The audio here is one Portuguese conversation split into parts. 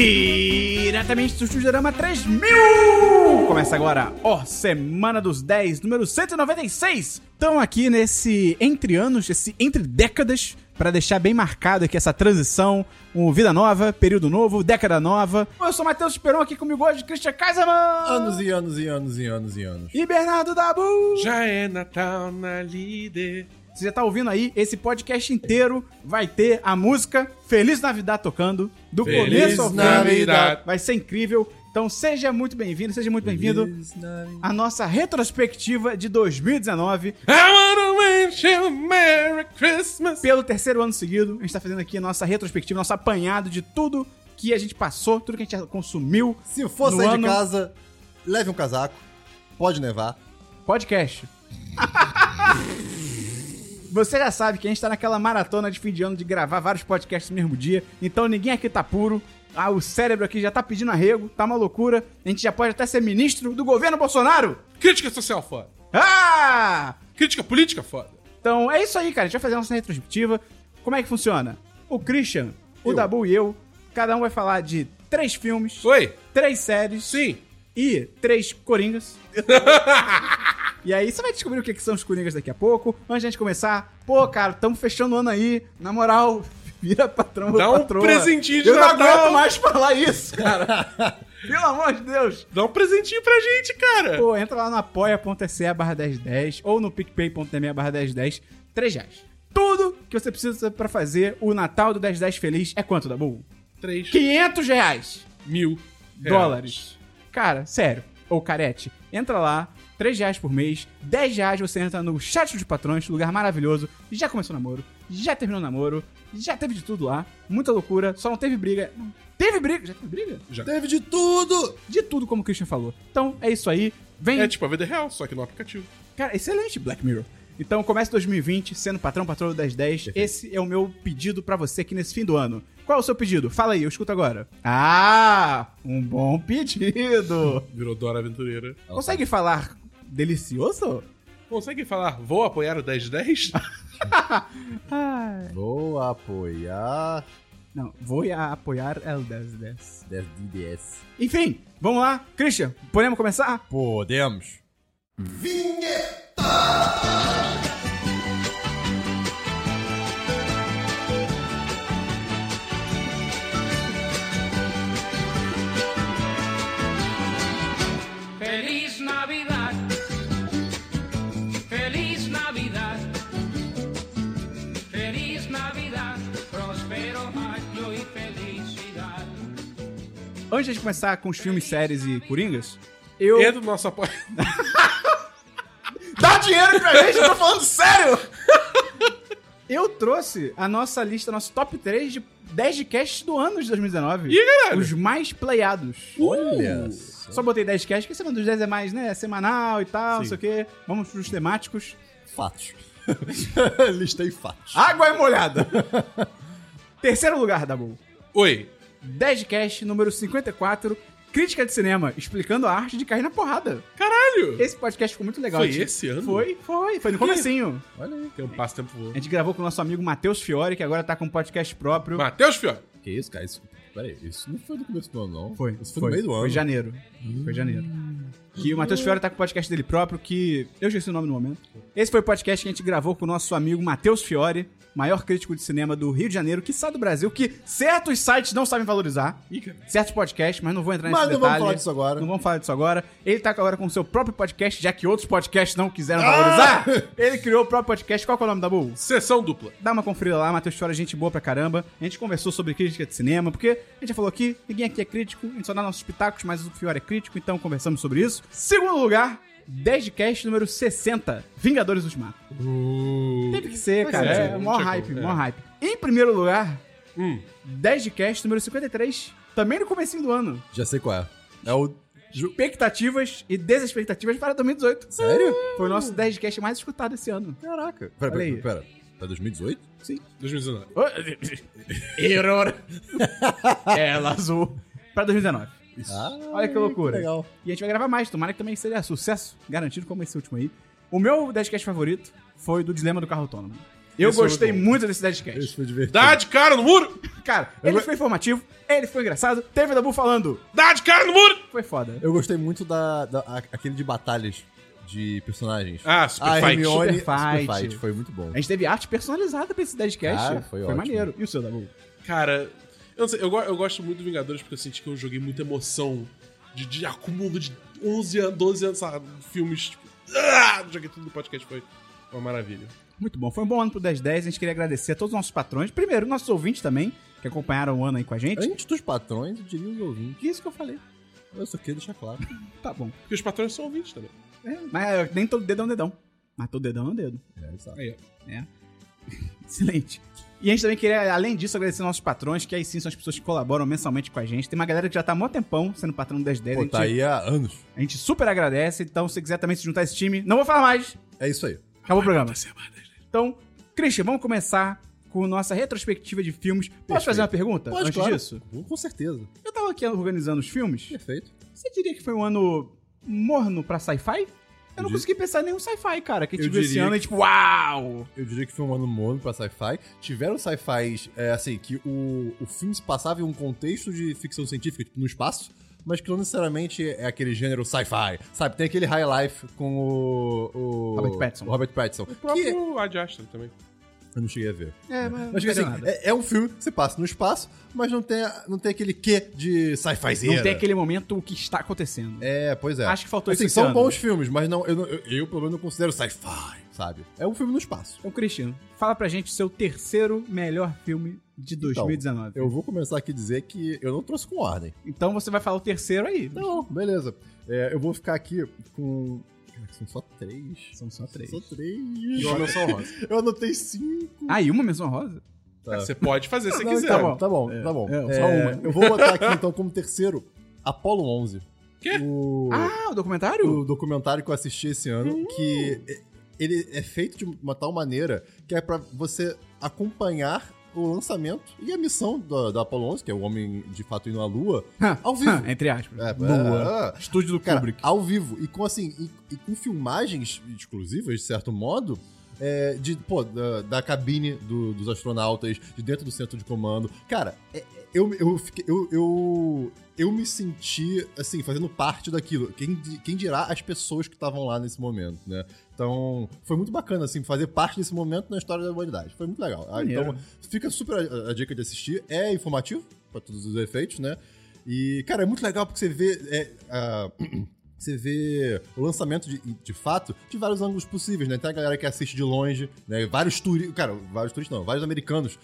Diretamente do Chujarama 3000! Começa agora, ó, Semana dos 10, número 196! Estamos aqui nesse entre anos, esse entre décadas, para deixar bem marcado aqui essa transição, um vida nova, período novo, década nova. Eu sou Matheus Esperon, aqui comigo hoje, Christian Kaiserman! Anos e anos e anos e anos e anos. E Bernardo Dabu! Já é Natal na líder. Você já tá ouvindo aí, esse podcast inteiro vai ter a música Feliz Navidad tocando, do Feliz começo ao fim. Navidad. Vai ser incrível. Então seja muito bem-vindo, seja muito bem-vindo à nossa retrospectiva de 2019. I wanna wish you a Merry Christmas. Pelo terceiro ano seguido, a gente tá fazendo aqui a nossa retrospectiva, nosso apanhado de tudo que a gente passou, tudo que a gente consumiu. Se for No sair ano- de casa, leve um casaco, pode nevar. Podcast. Você já sabe que a gente tá naquela maratona de fim de ano de gravar vários podcasts no mesmo dia, então ninguém aqui tá puro. Ah, o cérebro aqui já tá pedindo arrego, tá uma loucura. A gente já pode até ser ministro do governo Bolsonaro. Crítica social foda. Ah! Crítica política foda. Então é isso aí, cara. A gente vai fazer a nossa retrospectiva. Como é que funciona? O Christian, o Eu. Dabu e eu, cada um vai falar de três filmes, Oi? três séries Sim. e três coringas. e aí você vai descobrir o que que são os coringas daqui a pouco. Antes de a gente começar, pô, cara, estamos fechando o ano aí. Na moral, vira patrão Dá um patroa. presentinho de Eu não Natal. aguento mais falar isso, cara. Pelo amor de Deus. Dá um presentinho pra gente, cara. Pô, entra lá no apoia.se barra 1010 ou no picpay.me barra 1010, 3 reais. Tudo que você precisa pra fazer o Natal do 1010 feliz é quanto, Dabu? 3 500 reais mil dólares. Cara, sério. Ou carete. Entra lá, 3 reais por mês, 10 reais você entra no chat dos patrões, lugar maravilhoso. Já começou o namoro, já terminou o namoro, já teve de tudo lá. Muita loucura, só não teve briga. Não, Teve briga? Já teve briga? Teve de tudo! De tudo, como o Christian falou. Então, é isso aí. Vem É tipo a vida real, só que no aplicativo. Cara, excelente Black Mirror. Então comece 2020 sendo patrão, patroa das 10. Esse é o meu pedido pra você aqui nesse fim do ano. Qual é o seu pedido? Fala aí, eu escuto agora. Ah, um bom pedido. Virou Dora Aventureira. Consegue falar delicioso? Consegue falar, vou apoiar o 1010? Ah, Vou apoiar não, vou a- apoiar El 1010. 10DS. Enfim, vamos lá. Christian, podemos começar? Podemos. Feliz Navidad. Feliz Navidad. Feliz Navidad. Prospero año y felicidad. Antes de começar com os filmes, séries e coringas, eu... É do nosso apoio. Dá dinheiro pra gente, eu tô falando sério! Eu trouxe a nossa lista, nosso top 3 de 10 de cast do ano de 2019. Ih, caralho! Os mais playados. Olha só. Só botei 10 cast, porque semana dos 10 é mais, né? Semanal e tal, não sei o quê. Vamos pros temáticos. Fatos. Ah! Listei fatos. Água e molhada! Terceiro lugar, Dabu. Oi. 10 de cast, número 54. Crítica de cinema, explicando a arte de cair na porrada. Caralho! Esse podcast ficou muito É legal. Foi gente. esse ano? Foi, foi. Foi no Que? comecinho. Olha aí. Tem um passo tempo voando. A gente gravou com o nosso amigo Matheus Fiore, que agora tá com um podcast próprio. Matheus Fiore. Que isso, cara? Isso... Peraí, isso não foi no começo do ano, não. Foi. Isso foi, no meio do ano. Foi em janeiro. Foi em janeiro. Que o Matheus Fiore tá com o podcast dele próprio, que. Eu esqueci o nome no momento. Esse foi o podcast que a gente gravou com o nosso amigo Matheus Fiore, maior crítico de cinema do Rio de Janeiro, que sai do Brasil, que certos sites não sabem valorizar. Ih, cara. Certos podcasts, mas não vou entrar nesse Mas não detalhe. vamos falar disso agora. Não vamos falar disso agora. Ele tá agora com o seu próprio podcast, já que outros podcasts não quiseram Ah! valorizar. Ele criou o próprio podcast. Qual que é o nome da Bull? Sessão dupla. Dá uma conferida lá, Matheus Chora, gente boa pra caramba. A gente conversou sobre crítica de cinema, porque a gente já falou aqui, ninguém aqui é crítico, a gente só dá nossos pitacos, mas o Fiore é crítico, então conversamos sobre isso. Segundo lugar, 10 de cast número 60, Vingadores Ultimato. Teve que ser, Pois cara, é, é, não mó tinha hype, como, mó é. hype. Em primeiro lugar, Hum. 10 de cast número 53, também no comecinho do ano. Já sei qual é. É o. Ju- Expectativas e desexpectativas para 2018. Sério? Foi o nosso 10 de cast mais escutado esse ano. Caraca. Pera, Olha aí. pera, pera. É 2018? Sim. 2019. Error. É, Ela azul. Pra 2019. Ah, Olha que loucura. legal. E a gente vai gravar mais, tomara que também seja sucesso, garantido como esse último aí. O meu 10cast favorito foi do Dilema do Carro Autônomo. Eu Esse foi gostei muito muito, desse Deadcast. Isso foi divertido. Dá de cara no muro! Cara, ele go- foi informativo, ele foi engraçado, teve o Dabu falando. Dá de cara no muro! Foi foda. Eu gostei muito da, da- a- aquele de batalhas de personagens. Ah, Super a Fight. Hermione, Super Fight. Super Fight, Foi muito bom. A gente teve arte personalizada pra esse Deadcast. Cara, foi ótimo. maneiro. E o seu, Dabu? Cara, eu não sei, eu, go- eu gosto muito do Vingadores porque eu senti que eu joguei muita emoção de, de acúmulo de 11 anos, 12 anos, sabe, filmes. Tipo, ah, joguei tudo no podcast, foi uma maravilha. Muito bom. Foi um bom ano pro 1010. A gente queria agradecer a todos os nossos patrões. Primeiro, nossos ouvintes também, que acompanharam o ano aí com a gente. Antes dos patrões, eu diria os ouvintes. Isso que eu falei. Eu só queria deixar claro. Tá bom. Porque os patrões são ouvintes também. É, mas nem todo dedão é um dedão. Mas todo dedão é um dedo. É, exato. Aí, ó. Excelente. E a gente também queria, além disso, agradecer nossos patrões, que aí sim são as pessoas que colaboram mensalmente com a gente. Tem uma galera que já tá há mó tempão sendo patrão do 1010. É, a, Pô, gente, tá aí há anos. a gente super agradece. Então, se você quiser também se juntar a esse time, não vou falar mais. É isso aí. Acabou o programa. Então, Christian, vamos começar com nossa retrospectiva de filmes. Posso fazer uma pergunta antes claro. disso? Com certeza. Eu tava aqui organizando os filmes. Perfeito. Você diria que foi um ano morno pra sci-fi? Eu não Eu consegui pensar em nenhum sci-fi, cara, que a gente Eu viu esse diria ano e tipo, uau! Eu diria que foi um ano mono pra sci-fi. Tiveram sci-fis, é, assim, que o, o filme se passava em um contexto de ficção científica, tipo, no espaço, mas que não necessariamente é aquele gênero sci-fi. Sabe, tem aquele High Life com o... o Robert Pattinson. o Robert Pattinson. é O próprio Ad Astra também. que eu não cheguei a ver. É, mas, Mas, tipo assim, é, é um filme que se passa no espaço, mas não tem, a- não tem aquele quê de sci-fizeira. Não tem aquele momento o que está acontecendo. É, pois é. Acho que faltou assim, isso esse São ano. bons filmes, mas não, eu, não- eu, eu, pelo menos, não considero sci-fi, sabe? É um filme no espaço. Então, Christian, fala pra gente o seu terceiro melhor filme de 2019. Então, Eu vou começar aqui a dizer que eu não trouxe com ordem. você vai falar o terceiro aí. Não, beleza. É, eu vou ficar aqui com. Caraca, são só três. São só três. Só três. Menção rosa. Eu anotei cinco. Ah, e uma menção rosa? Tá. Você pode fazer se Não, quiser. Tá bom. bom, tá bom. É, tá bom. é, só uma. Eu vou botar aqui, então, como terceiro, Apollo 11. Quê? O, Ah, o documentário? o documentário que eu assisti esse ano, que é- ele é feito de uma tal maneira que é pra você acompanhar o lançamento e a missão da, da Apollo 11, que é o homem, de fato, indo à Lua, Ha, ao vivo. ha, Ah, Entre aspas. É, Lua. é. Estúdio do Cara, Kubrick. ao vivo. E com assim, e, e com filmagens exclusivas, de certo modo. é, de, pô, da, da cabine do- dos astronautas, de dentro do centro de comando. Cara, é- é, eu, eu, fiquei- eu, eu, eu me senti, assim, fazendo parte daquilo. Quem, di- quem dirá as pessoas que estavam lá nesse momento, né? Então, foi muito bacana, assim, fazer parte desse momento na história da humanidade. Foi muito legal. Ah, Maneiro. Então, fica super a, a dica de assistir. É informativo, pra todos os efeitos, né? E, cara, é muito legal porque você vê. é, ah, você vê o lançamento de, de fato de vários ângulos possíveis, né? Tem a galera que assiste de longe, né? Vários turistas. Cara, vários turistas não, vários americanos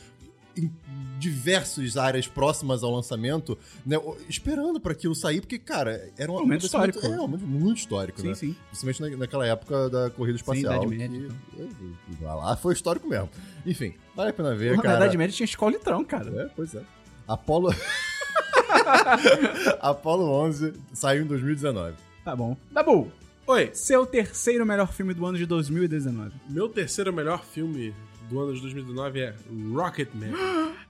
em diversas áreas próximas ao lançamento, né? o- Esperando pra aquilo sair, porque, cara, era um Momento acontecimento- histórico. É, um momento muito histórico, né? Sim, sim. Principalmente na- naquela época da corrida Idade espacial. que- Média, eh, Vai lá, foi histórico mesmo. Enfim, vale a pena ver, Porra, cara. Na Idade Média tinha escolitrão, cara. É, pois é. Apolo. Apolo 11 saiu em 2019. Tá bom. Dabu, Oi, seu terceiro melhor filme do ano de 2019. meu terceiro melhor filme do ano de 2019 é Rocketman.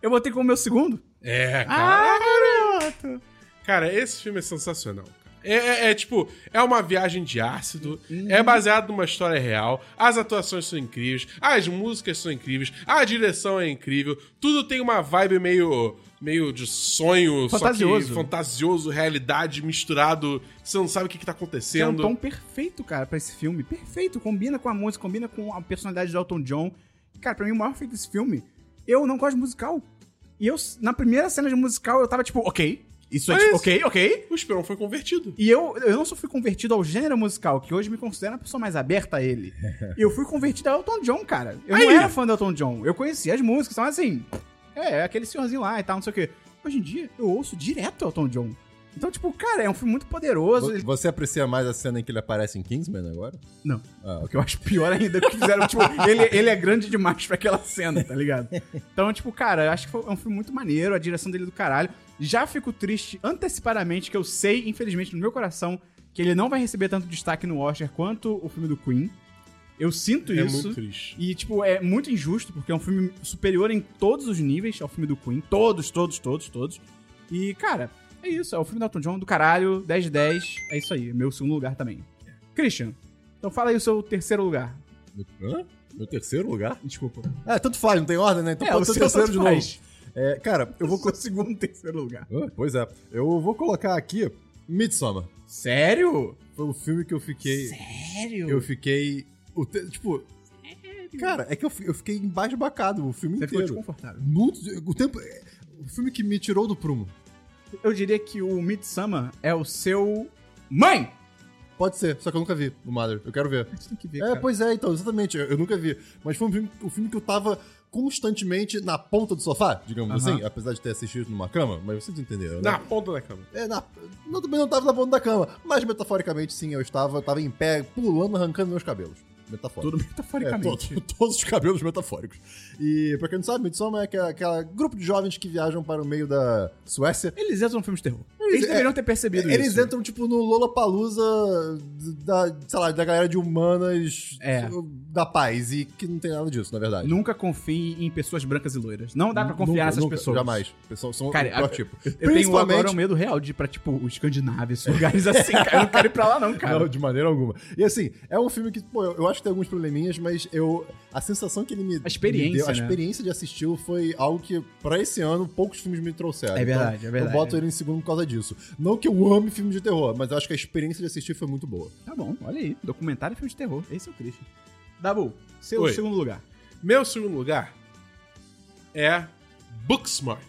Eu botei como meu segundo? É, cara. Ah, garoto! Cara, esse filme é sensacional. cara. É, é- é, tipo, é uma viagem de ácido, Uhum. é baseado numa história real, as atuações são incríveis, as músicas são incríveis, a direção é incrível, tudo tem uma vibe meio, meio de sonho, só Fantasioso. que fantasioso, realidade misturado, você não sabe o que, que tá É um acontecendo. tom perfeito, cara, pra esse filme. Perfeito. Combina com a música, combina com a personalidade do Elton John. Cara, pra mim, o maior feito desse filme, eu não gosto de musical. E eu, na primeira cena de musical, eu tava tipo, ok. Isso é, Olha tipo, isso. ok, ok. O Esperão foi convertido. E eu, eu não só fui convertido ao gênero musical, que hoje me considero uma pessoa mais aberta a ele. eu fui convertido ao Elton John, cara. Eu não Aí. era fã do Elton John. Eu conhecia as músicas, mas assim, é, é aquele senhorzinho lá e tal, não sei o quê. Hoje em dia, eu ouço direto Elton John. Então, tipo, cara, é um filme muito poderoso. Vo- Ele- Você aprecia mais a cena em que ele aparece em Kingsman agora? Não. Ah, O que eu acho pior ainda que fizeram, tipo, ele, ele é grande demais pra aquela cena, tá ligado? Então, tipo, cara, eu acho que foi é um filme muito maneiro, a direção dele é do caralho. Já fico triste antecipadamente, que eu sei, infelizmente, no meu coração, que ele não vai receber tanto destaque no Oscar quanto o filme do Queen. Eu sinto É isso. muito triste. E, tipo, é muito injusto, porque é um filme superior em todos os níveis ao filme do Queen. Todos, todos, todos, todos. E, cara, é isso. É o filme do Elton John do caralho, 10 de 10. É isso aí. Meu segundo lugar também. Christian, então fala aí o seu terceiro lugar. Hã? Meu terceiro lugar? Desculpa. Ah, tanto faz, não tem ordem, né? Então É, pode o ser seu terceiro tanto de faz. novo. É, cara, eu vou. co- o segundo e terceiro lugar. Ah, pois é. Eu vou colocar aqui Midsommar. Sério? Foi o filme que eu fiquei. Sério? Eu fiquei. o te- Tipo. Cara, é que eu, fi- eu fiquei embasbacado o filme Você ficou tipo um inteiro. desconfortável. Muito, o tempo. é, O filme que me tirou do prumo. Eu diria que o Midsummer é o seu. Mãe! Pode ser, só que eu nunca vi o Mother. Eu quero ver. A gente tem que ver. É, cara. pois é, então, exatamente. Eu, eu nunca vi. Mas foi um filme, o filme que eu tava constantemente na ponta do sofá, digamos Aham. assim. Apesar de ter assistido numa cama, mas vocês entenderam, né? Na ponta da cama. É, na, não, também não tava na ponta da cama. Mas metaforicamente, sim, eu estava, eu tava em pé, pulando, arrancando meus cabelos. Metafórico. é. Tudo metaforicamente. É, to- to- todos os cabelos metafóricos. E pra quem não sabe, Midsommar é aquela, aquela grupo de jovens que viajam para o meio da Suécia. Eles entram no filme de terror. Eles, é- deveriam ter percebido Eles isso. entram, tipo, no Lollapalooza da, sei lá, da galera de humanas É. da paz. E que não tem nada disso, na verdade. Nunca confie em pessoas brancas e loiras. Não dá pra Nunca, confiar nessas nunca, pessoas. Jamais. Pessoas são Cara, o pior tipo. eu, eu tenho agora um medo real de ir pra, tipo, o Escandinávia, esses lugares assim, cara. Eu não quero ir pra lá, não, cara. Não, de maneira alguma. E assim, é um filme que, pô, eu, eu acho que tem alguns probleminhas, mas eu. A sensação que ele me. A experiência, me deu, a né? experiência de assisti-lo foi algo que, pra esse ano, poucos filmes me trouxeram. Então, É verdade, é verdade. Eu boto ele em segundo por causa disso. Não que eu ame filme de terror, mas eu acho que a experiência de assistir foi muito boa. Tá bom, olha aí. Documentário e filme de terror. Esse é o Christian. Dabu, seu Oi. segundo lugar. Meu segundo lugar é Booksmart.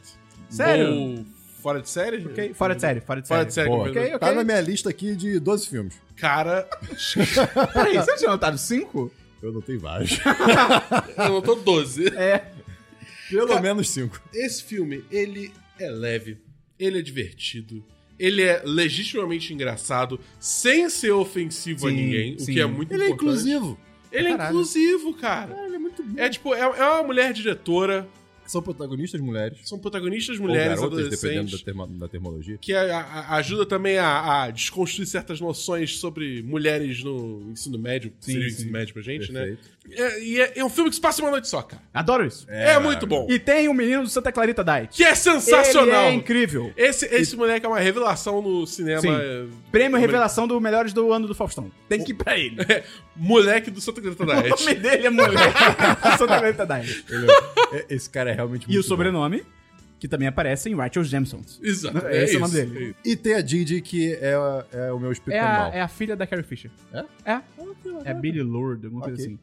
Sério? Ou fora de série? Ok? Fora de série, fora de série. Fora de série. Boa. como eu- Ok, Tá na minha lista aqui de 12 filmes. Cara, Peraí, você tinha notado cinco? Eu anotei vários. eu não tô 12. Pelo menos 5. Esse filme, ele é leve, ele é divertido, ele é legitimamente engraçado, sem ser ofensivo a Sim, ninguém, o sim. que é muito Ele é importante. inclusivo. Ele é Caralho. inclusivo, cara. Ele é muito bom. É tipo, é, é uma mulher diretora, São protagonistas mulheres. são protagonistas mulheres ou garotas, dependendo da, adolescentes. termo, da termologia. Que a- a- ajuda também a, a desconstruir certas noções sobre mulheres no ensino médio, que seria o ensino médio pra gente, né? É- E é, é um filme que se passa uma noite só, cara. Adoro isso. É, muito bom. E tem o menino do Santa Clarita Diet. Que é sensacional. Ele é incrível. Esse, esse moleque é uma revelação no cinema. Sim. é, Prêmio Como ele- revelação do Melhores do Ano do Faustão. Tem que ir pra ele. Moleque do Santa Clarita O nome Diet. dele é moleque. Santa Clarita Diet. Ele é- é- Esse cara é realmente muito E o bom. sobrenome, que também aparece em Righteous Gemstones. Exato. Esse é o nome dele. é isso. E tem a Didi, que é, é o meu espírito É a, animal. é a filha da Carrie Fisher. É? Ah, É. É Billy Lord, alguma coisa Ok. assim.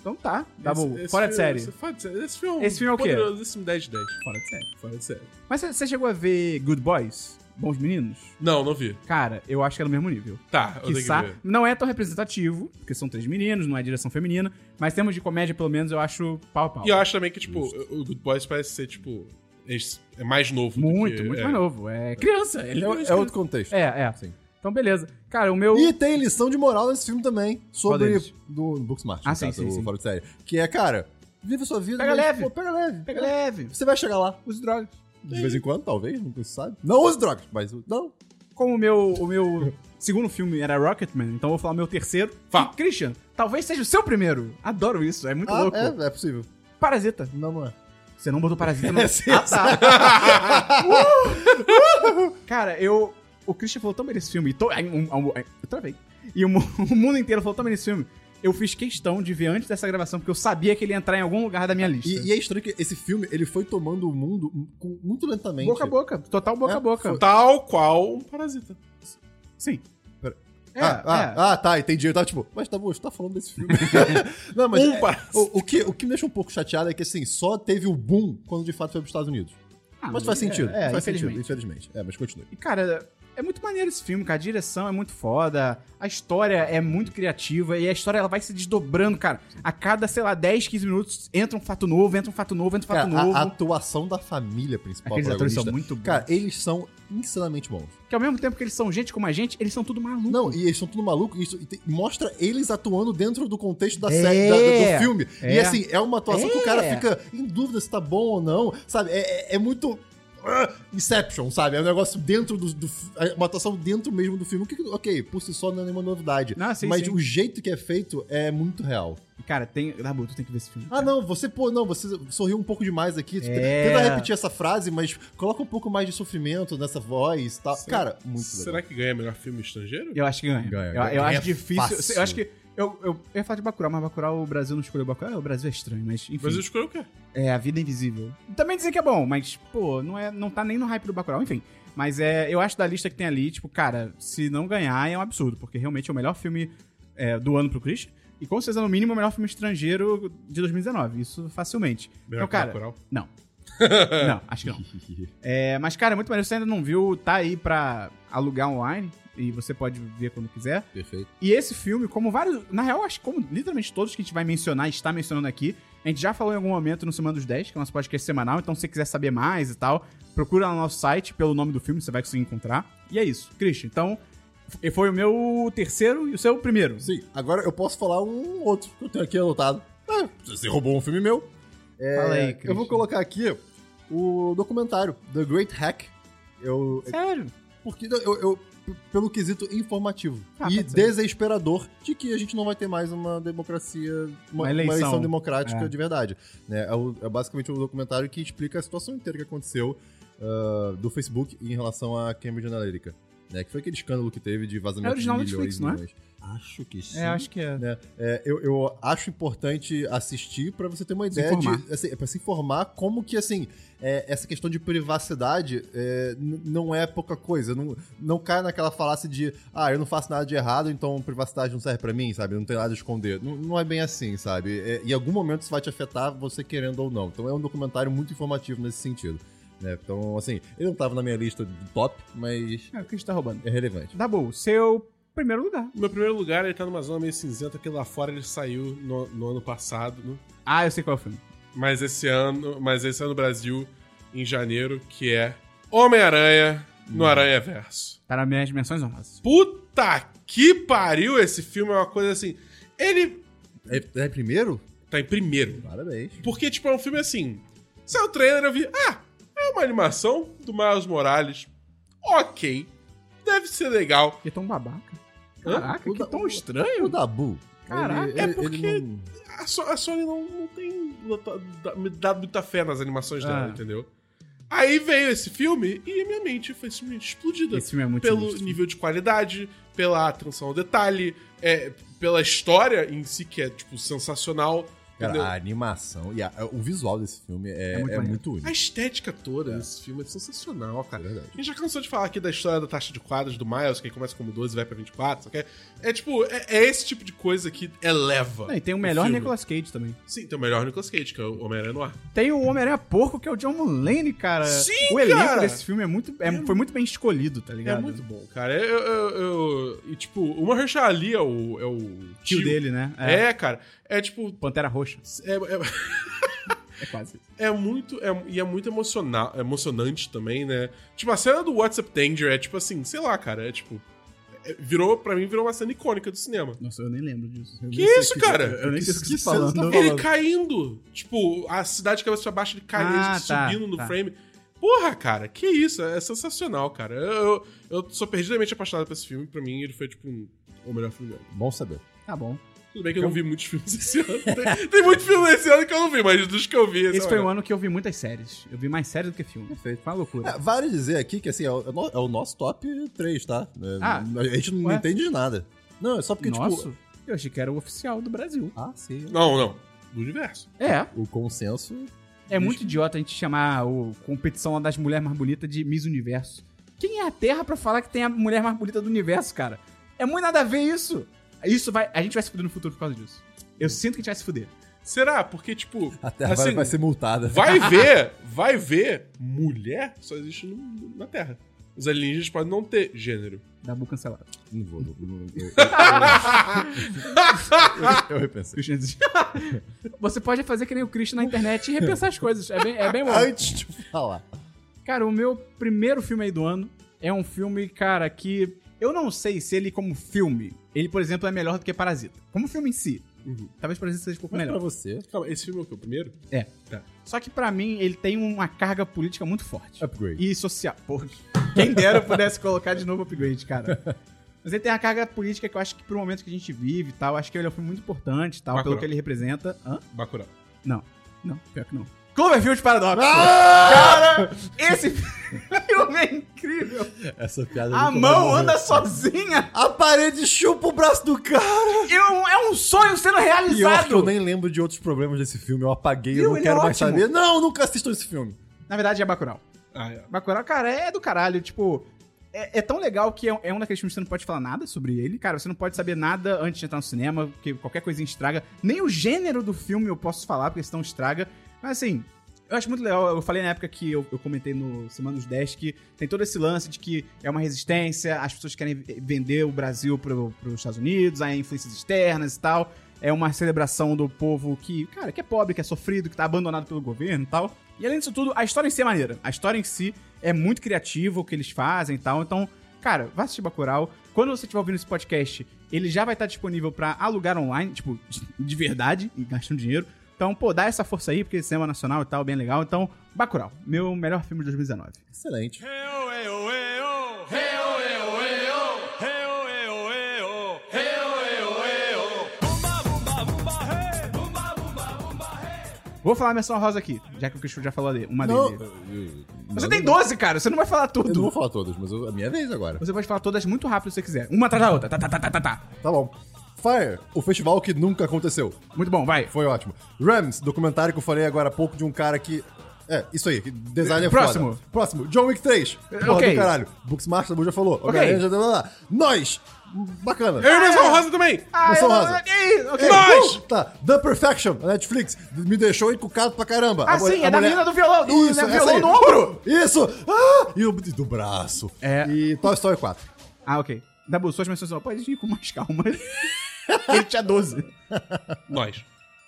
Então tá, tá bom. Esse- esse Fora de filme- série. Esse, fora de série. Esse filme, Esse filme é o quê? Poderosíssimo 10 de 10. Fora de série. Fora de série. Mas você- você chegou a ver Good Boys? Bons Meninos? Não, não vi. Cara, eu acho que é no mesmo nível. Tá, eu tenho que Quiçá, ver. não é tão representativo, porque são três meninos, não é direção feminina, mas em termos de comédia, pelo menos, eu acho pau a pau. E eu acho também que, tipo, o Good Boys parece ser, tipo, esse- é mais novo. do Muito, que- muito é. mais novo. É criança. Ele é, É, é outro contexto. é, é. Então, beleza. Cara, o meu... E tem lição de moral nesse filme também, sobre deles? do Booksmart, Ah, sim, sim, o sim. Fora de Série, que é, cara, vive a sua vida, né? Pega leve. pô, pega leve. Pega leve. Você vai chegar lá. Use drogas. De vez em quando, talvez, nunca se sabe. Não use drogas, mas não. Como o meu, o meu segundo filme era Rocketman, então eu vou falar o meu terceiro. Fala. E, Christian, talvez seja o seu primeiro. Adoro isso, é muito Ah, louco. é, é possível. Parasita. Não, não é. Você não botou Parasita no... É, sim, Uh! Cara, eu... O Christian falou tão bem desse filme. E to... ai, um- um- ai, Eu travei. E o, mu- o mundo inteiro falou tão bem desse filme. Eu fiz questão de ver antes dessa gravação, porque eu sabia que ele ia entrar em algum lugar da minha lista. E, e é estranho que esse filme, ele foi tomando o mundo m- com- muito lentamente. Boca a boca. Total boca É, a boca. Tal qual um parasita. Sim. Pera- É, ah, ah, é. ah, tá, entendi. Eu tava tipo, mas tá bom, você tá falando desse filme. não, mas Um é, parasita. o, o que, o que me deixa um pouco chateado é que, assim, só teve o boom quando de fato foi pros Estados Unidos. Ah, Mas faz sentido. É, é, faz sentido, infelizmente. infelizmente. É, mas continue. E, cara, é muito maneiro esse filme, cara. A direção é muito foda, a história é muito criativa e a história ela vai se desdobrando, cara. A cada, sei lá, 10, 15 minutos entra um fato novo, entra um fato novo, entra um fato Cara, novo. a, a atuação da família principal. Aqueles atores são protagonista, muito bons. Cara, eles são insanamente bons. Que ao mesmo tempo que eles são gente como a gente, eles são tudo maluco. Não, e eles são tudo maluco. e Isso, e tem- mostra eles atuando dentro do contexto da É. série, da- da- do filme. E É. assim, é uma atuação que o cara É. fica em dúvida se tá bom ou não. Sabe? É, é- é muito. ah, Inception, sabe? É um negócio dentro do. do fi- é uma atuação dentro mesmo do filme. O que que- ok, por si só não é nenhuma novidade. Ah, sim, mas sim. o jeito que é feito é muito real. E, Cara, tem. Dabu, tu tem que ver esse filme. Ah, não, você, pô, não, você sorriu um pouco demais aqui. Tu É. Tenta repetir essa frase, mas coloca um pouco mais de sofrimento nessa voz e tal. Cara, muito Será que ganha melhor filme estrangeiro? Eu acho que ganha. Ganha, eu, ganha. eu acho É difícil. fácil. Eu acho que. Eu, eu, eu ia falar de Bacurau, mas Bacurau, o Brasil não escolheu Bacurau. O Brasil é estranho, mas enfim. O Brasil escolheu o quê? É, A Vida Invisível. Também dizer que é bom, mas, pô, não, é, não tá nem no hype do Bacurau, enfim. Mas é, eu acho da lista que tem ali, tipo, cara, se não ganhar é um absurdo, porque realmente é o melhor filme é, do ano pro Christian. E com certeza, no mínimo, é o melhor filme estrangeiro de 2019. Isso facilmente. Melhor então, que cara, Bacurau? Não. não, acho que não. É, mas, cara, é muito maneiro. Se você ainda não viu, tá aí pra alugar online. E você pode ver quando quiser. Perfeito. E esse filme, como vários. Na real, acho que como literalmente todos que a gente vai mencionar, está mencionando aqui, a gente já falou em algum momento no Semana dos 10, que é o nosso podcast semanal. Então, se você quiser saber mais e tal, procura lá no nosso site pelo nome do filme, você vai conseguir encontrar. E é isso, Christian. Então, f- foi o meu terceiro e o seu primeiro. Sim, agora eu posso falar um outro que eu tenho aqui anotado. Ah, você roubou um filme meu. É, Fala aí, Christian. Eu vou colocar aqui o documentário The Great Hack. Eu, Sério? porque eu, eu- pelo quesito informativo Ah, e pode ser. desesperador de que a gente não vai ter mais uma democracia, uma, Uma uma eleição. eleição. democrática É. de verdade. né? É, o- é basicamente um documentário que explica a situação inteira que aconteceu ah, do Facebook em relação à Cambridge Analytica. Né, que foi aquele escândalo que teve de vazamento É original de Netflix, milhões não é? e milhões. Acho que sim. É, acho que é. né? É, eu, eu acho importante assistir pra você ter uma ideia informar. de assim, para se informar como que assim é, essa questão de privacidade é, n- não é pouca coisa, não não cai naquela falácia de ah eu não faço nada de errado então privacidade não serve pra mim, sabe? Não tem nada a esconder. Não, não é bem assim, sabe? É, em algum momento isso vai te afetar você querendo ou não. Então é um documentário muito informativo nesse sentido. né? Então assim ele não tava na minha lista do top, mas É, o Christian tá roubando. é relevante. Dabu, seu primeiro lugar. No meu primeiro lugar, ele tá numa zona meio cinzenta, porque lá fora ele saiu no, no ano passado, né? Ah, eu sei qual é o filme. mas esse ano, mas esse ano no Brasil, em janeiro, que é Homem-Aranha Hum. no Aranha Verso. Tá nas minhas menções honrosas. Puta que pariu esse filme, é uma coisa assim. Ele É, é primeiro? tá em primeiro. Parabéns. Porque, tipo, é um filme assim. Saiu o trailer, eu vi. Ah, é uma animação do Miles Morales. Ok. Deve ser legal. Que tão babaca. Hã? Caraca, O que da- tão o- Tá O estranho. Dabu. Caraca, ele- é ele- porque- ele não- A, So- a Sony não, não tem bota- da- me dado muita fé nas animações dela, Ah. entendeu? Aí veio esse filme e a minha mente foi simplesmente explodida. Esse filme é muito Pelo sinistro. nível de qualidade, pela atenção ao detalhe, é, pela história em si, que é, tipo, sensacional. Cara, entendeu? a animação e a- o visual desse filme é, É muito é maneiro. muito A único. estética toda desse filme é sensacional, cara. É verdade. A gente já cansou de falar aqui da história da taxa de quadros do Miles, que começa como 12 e vai pra 24, só que é, é tipo, é, é esse tipo de coisa que eleva. Não, e tem o melhor filme. Nicolas Cage também. Sim, tem o melhor Nicolas Cage, que é o Homem-Aranha no ar. Tem o Homem-Aranha Porco, que é o John Mulaney, cara. Sim, O elenco cara! desse filme é muito, é- foi muito bem escolhido, tá É ligado? muito bom, cara. Eu, eu- eu- e, tipo, o Mahershala Ali é o, é o tio dele, né? É. cara. É, tipo... Pantera Roxa. É, é- É quase isso. é muito... É, e é muito emocional, emocionante também, né? Tipo, a cena do WhatsApp Danger é, tipo assim, sei lá, cara. É, tipo... é- Virou, pra mim, virou uma cena icônica do cinema. Nossa, eu nem lembro disso. Eu Que nem sei isso, o cara? Eu, eu nem sei o que Que você tá falando. cena você tá Ele caindo. Tipo, a cidade de cabeça pra baixo, ele caindo, Ah, ele tá, subindo no tá. frame. Porra, cara, que isso, é sensacional, cara. Eu, eu, eu sou perdidamente apaixonado por esse filme, pra mim ele foi, tipo, um, o melhor filme do ano. Bom saber. Tá bom. Tudo bem que eu não vi muitos filmes esse ano. Tem, tem muito filme esse ano que eu não vi, mas dos que eu vi... é Esse foi o um ano que eu vi muitas séries. Eu vi mais séries do que filme. Perfeito. Foi uma loucura. É, vale dizer aqui que assim, é o, é o no- é o nosso top 3, tá? É, Ah, a gente não ué? entende de nada. Não, é só porque, Nossa, tipo. eu achei que era o oficial do Brasil. Ah, sim. Não, não. Do universo. É. O consenso. É muito idiota a gente chamar o competição lá das mulheres mais bonitas de Miss Universo. Quem é a Terra pra falar que tem a mulher mais bonita do universo, cara? É muito nada a ver isso. Isso vai, a gente vai se fuder no futuro por causa disso. Eu sinto que a gente vai se fuder. Será? Porque, tipo... A Terra vai- assim, vai ser um multada. vai ver, vai ver, mulher só existe no- no- na Terra. Os alienígenas podem não ter gênero. Dabu cancelado. Não vou, não, não- não- eu- eu- eu repensei. Christian diz- Você pode fazer que nem o Christian na internet e repensar as coisas. É bem, é bem bom. Antes de falar. Cara, o meu primeiro filme aí do ano é um filme, cara, que eu não sei se ele, como filme, ele, por exemplo, é melhor do que Parasita. Como filme em si. Talvez Parasita seja um pouco Mas melhor. pra você, Calma, esse filme é o que? O primeiro? É. Tá. Só que pra mim ele tem uma carga política muito forte. upgrade. E social. Porra. Quem dera eu pudesse colocar de novo upgrade, cara. Mas ele tem uma carga política que eu acho que pro momento que a gente vive e tal, acho que ele é um filme muito importante e tal, Bacurau. pelo que ele representa. Hã? Bacurau. Não. Não, pior que não. Cloverfield Paradox. Cara, esse filme é incrível. Essa piada. A nunca mão vai morrer. anda sozinha. A parede chupa o braço do cara. Eu- é É um sonho sendo E eu acho que eu realizado! nem lembro de outros problemas desse filme. Eu apaguei, Viu? eu não Ele é quero mais ótimo. saber. Não, nunca assistam esse filme. Na verdade, é Bacurau. Ah, é. Bacurau, cara, é do caralho. Tipo, é, é tão legal que é, é um daqueles filmes que você não pode falar nada sobre ele. Cara, você não pode saber nada antes de entrar no cinema, porque qualquer coisinha estraga. Nem o gênero do filme eu posso falar, porque senão estraga. Mas assim, eu acho muito legal. Eu falei na época que eu, eu comentei no Semana dos 10 que tem todo esse lance de que é uma resistência, as pessoas querem vender o Brasil para os Estados Unidos, aí influências externas e tal. É uma celebração do povo que, cara, que é pobre, que é sofrido, que tá abandonado pelo governo e tal. E além disso tudo, a história em si é maneira. A história em si é muito criativa o que eles fazem e tal. Então, cara, vá assistir Bacurau. Quando você estiver ouvindo esse podcast, ele já vai estar disponível pra alugar online, tipo, de verdade, e gastando dinheiro. Então, pô, dá essa força aí, porque cinema nacional e tal, bem legal. Então, Bacurau, meu melhor filme de 2019. Excelente. Vou falar a menção rosa aqui, já que o Christian já falou ali, uma Não, dele. Mas Você eu tem não- 12, cara, você não vai falar Eu não tudo. vou falar todas, mas eu- é a minha vez agora. Você pode falar todas muito rápido se você quiser. Uma atrás da outra. Tá, tá, tá, tá, tá, tá. Tá bom. Fire, o festival que nunca aconteceu. Muito bom, vai. Foi ótimo. Rams, documentário que eu falei agora há pouco de um cara que. É, isso aí, que design é Próximo. foda. Próximo. John Wick 3. Porra ok. do caralho. Booksmart, Sabu já falou. Homem-Aranha já deu lá, lá. Nós! Bacana. Eu e Menção Rosa também! Ah, Menção eu- rosa. Ih, ok. Não! Nós! Uh, Tá, The Perfection, da Netflix, me deixou encucado pra caramba. Ah, sim, é da menina do violão, do- né, essa violão aí. no ombro. Isso! Ah, e o e do braço. É. E Toy Story 4. Ah, ok. Dabu, suas menções só. Pode ir com mais calma. Ele tinha 12. Nós.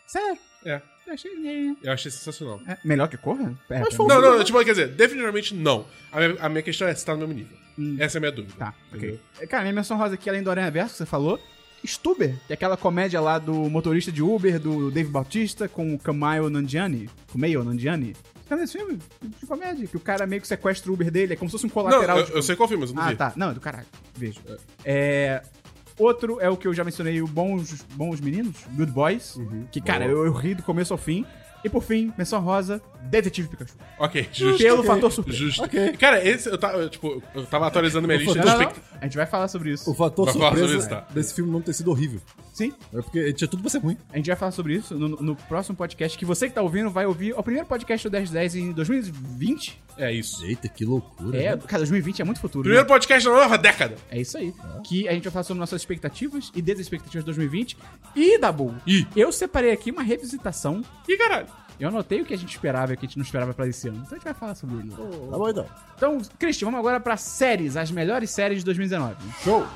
Sério? É. Eu achei. Eu achei sensacional. É, melhor que Corra? É, pra mim. Não, não, não, tipo, quer dizer, definitivamente não. A minha, a minha questão é se tá no mesmo nível. Essa é a minha dúvida. Tá, ok. Entendeu? Cara, minha menção rosa aqui, além do Aranha Verso que você falou, Stuber, que é aquela comédia lá do motorista de Uber, do Dave Bautista, com o Kamayo Nandiani. Kumail Nandiani. Tá nesse filme de comédia, que o cara meio que sequestra o Uber dele, é como se fosse um Não, colateral. eu, de- eu sei qual filme, mas eu não Ah, vi. tá. Não, é do caralho. Vejo. É. Outro é o que eu já mencionei, o Bons, Bons Meninos, Good Boys, Uhum. que, cara, eu, eu ri do começo ao fim. E por fim, menção rosa, Detetive Pikachu. Ok, justo. Pelo fator surpresa. Justo. Ok. Cara, esse, eu tava, eu, tipo, eu tava atualizando minha lista de Não, não, não. expect- A gente vai falar sobre isso. O fator Mas fala sobre surpresa isso, tá. desse filme não ter sido horrível. Sim? É porque tinha tudo pra ser ruim. A gente vai falar sobre isso no, no próximo podcast, que você que tá ouvindo vai ouvir. É o primeiro podcast do 1010 em 2020. É isso. Eita, que loucura. É, né? cara, 2020 é muito futuro. Uhum. Primeiro Ah. Né? podcast da nova década. É isso aí. Que a gente vai falar sobre nossas expectativas e desexpectativas de 2020. E, Dabu, Ih. eu separei aqui uma revisitação. Ih, caralho. Eu anotei o que a gente esperava e o que a gente não esperava pra esse ano. Então a gente vai falar sobre ele. Tá bom então. Então, Christian, vamos agora pra séries, as melhores séries de 2019. Show!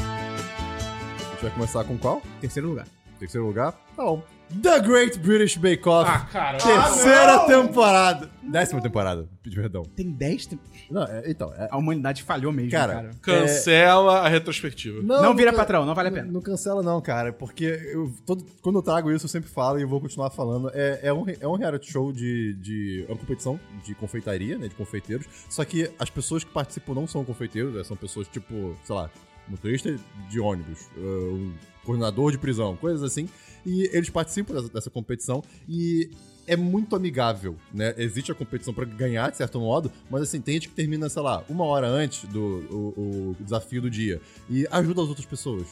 A gente vai começar com qual? Terceiro lugar. Terceiro lugar? Tá bom. The Great British Bake Off. Ah, caralho. Terceira temporada. Décima temporada, pedi perdão. Tem 10. Não, é- então, é. A humanidade falhou mesmo, cara. Cara, Cancela a retrospectiva. Não, vira can- patrão, não vale a pena. Não cancela, não, cara, porque eu, todo- quando eu trago isso, eu sempre falo e eu vou continuar falando. É, é um, re- é um reality show de, de. É uma competição de confeitaria, né? De confeiteiros. Só que as pessoas que participam não são confeiteiros, né, são pessoas tipo, sei lá, motorista de ônibus, eh, um coordenador de prisão, coisas assim. E eles participam dessa, dessa competição e. É muito amigável, né? Existe a competição pra ganhar, de certo modo, mas assim, tem gente que termina, sei lá, uma hora antes do o- o desafio do dia e ajuda as outras pessoas.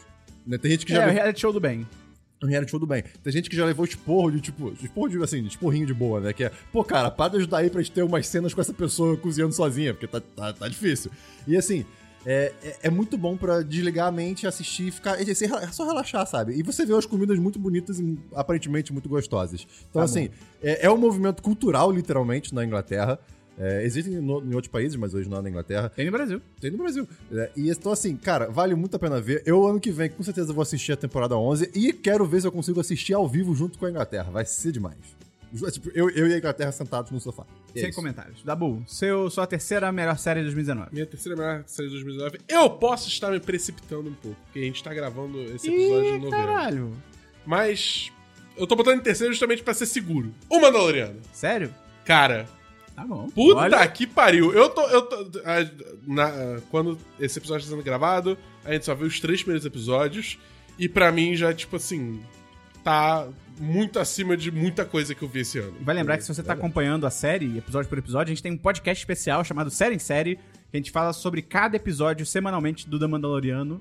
né? Tem gente que já É, o reality show do bem. um reality show do bem. Tem gente que já levou esporro de, tipo, esporro de, assim, de esporrinho de boa, né? Que é, pô, cara, para de ajudar aí pra gente ter umas cenas com essa pessoa cozinhando sozinha, porque tá, tá, tá difícil. E assim, é, é, é muito bom pra desligar a mente, assistir, ficar. É, é só relaxar, sabe? E você vê as comidas muito bonitas e aparentemente muito gostosas. Então, assim, é, é um movimento cultural, literalmente, na Inglaterra. É, existem no- em outros países, mas hoje não é na Inglaterra. Tem no Brasil. Tem no Brasil. É, e então, assim, cara, vale muito a pena ver. Eu, ano que vem, com certeza vou assistir a temporada 11 e quero ver se eu consigo assistir ao vivo junto com a Inglaterra. Vai ser demais. Ju- Tipo, eu, eu e a Inglaterra sentados no sofá. É Sem isso. comentários. Dabu, seu, sua terceira melhor série de 2019. Minha terceira melhor série de 2019. Eu posso estar me precipitando um pouco, porque a gente tá gravando esse episódio Ih, tá. no verão. caralho. Mas eu tô botando em terceiro justamente pra ser seguro. O Mandaloriano. Sério? Cara, Tá bom. puta Olha, que pariu. Eu tô. Eu tô a- na- quando esse episódio tá sendo gravado, a gente só viu os três primeiros episódios. E pra mim já, tipo assim. tá muito acima de muita coisa que eu vi esse ano. É, Vai lembrar que se você tá acompanhando a série, episódio por episódio, a gente tem um podcast especial chamado Série em Série, que a gente fala sobre cada episódio semanalmente do The Mandaloriano.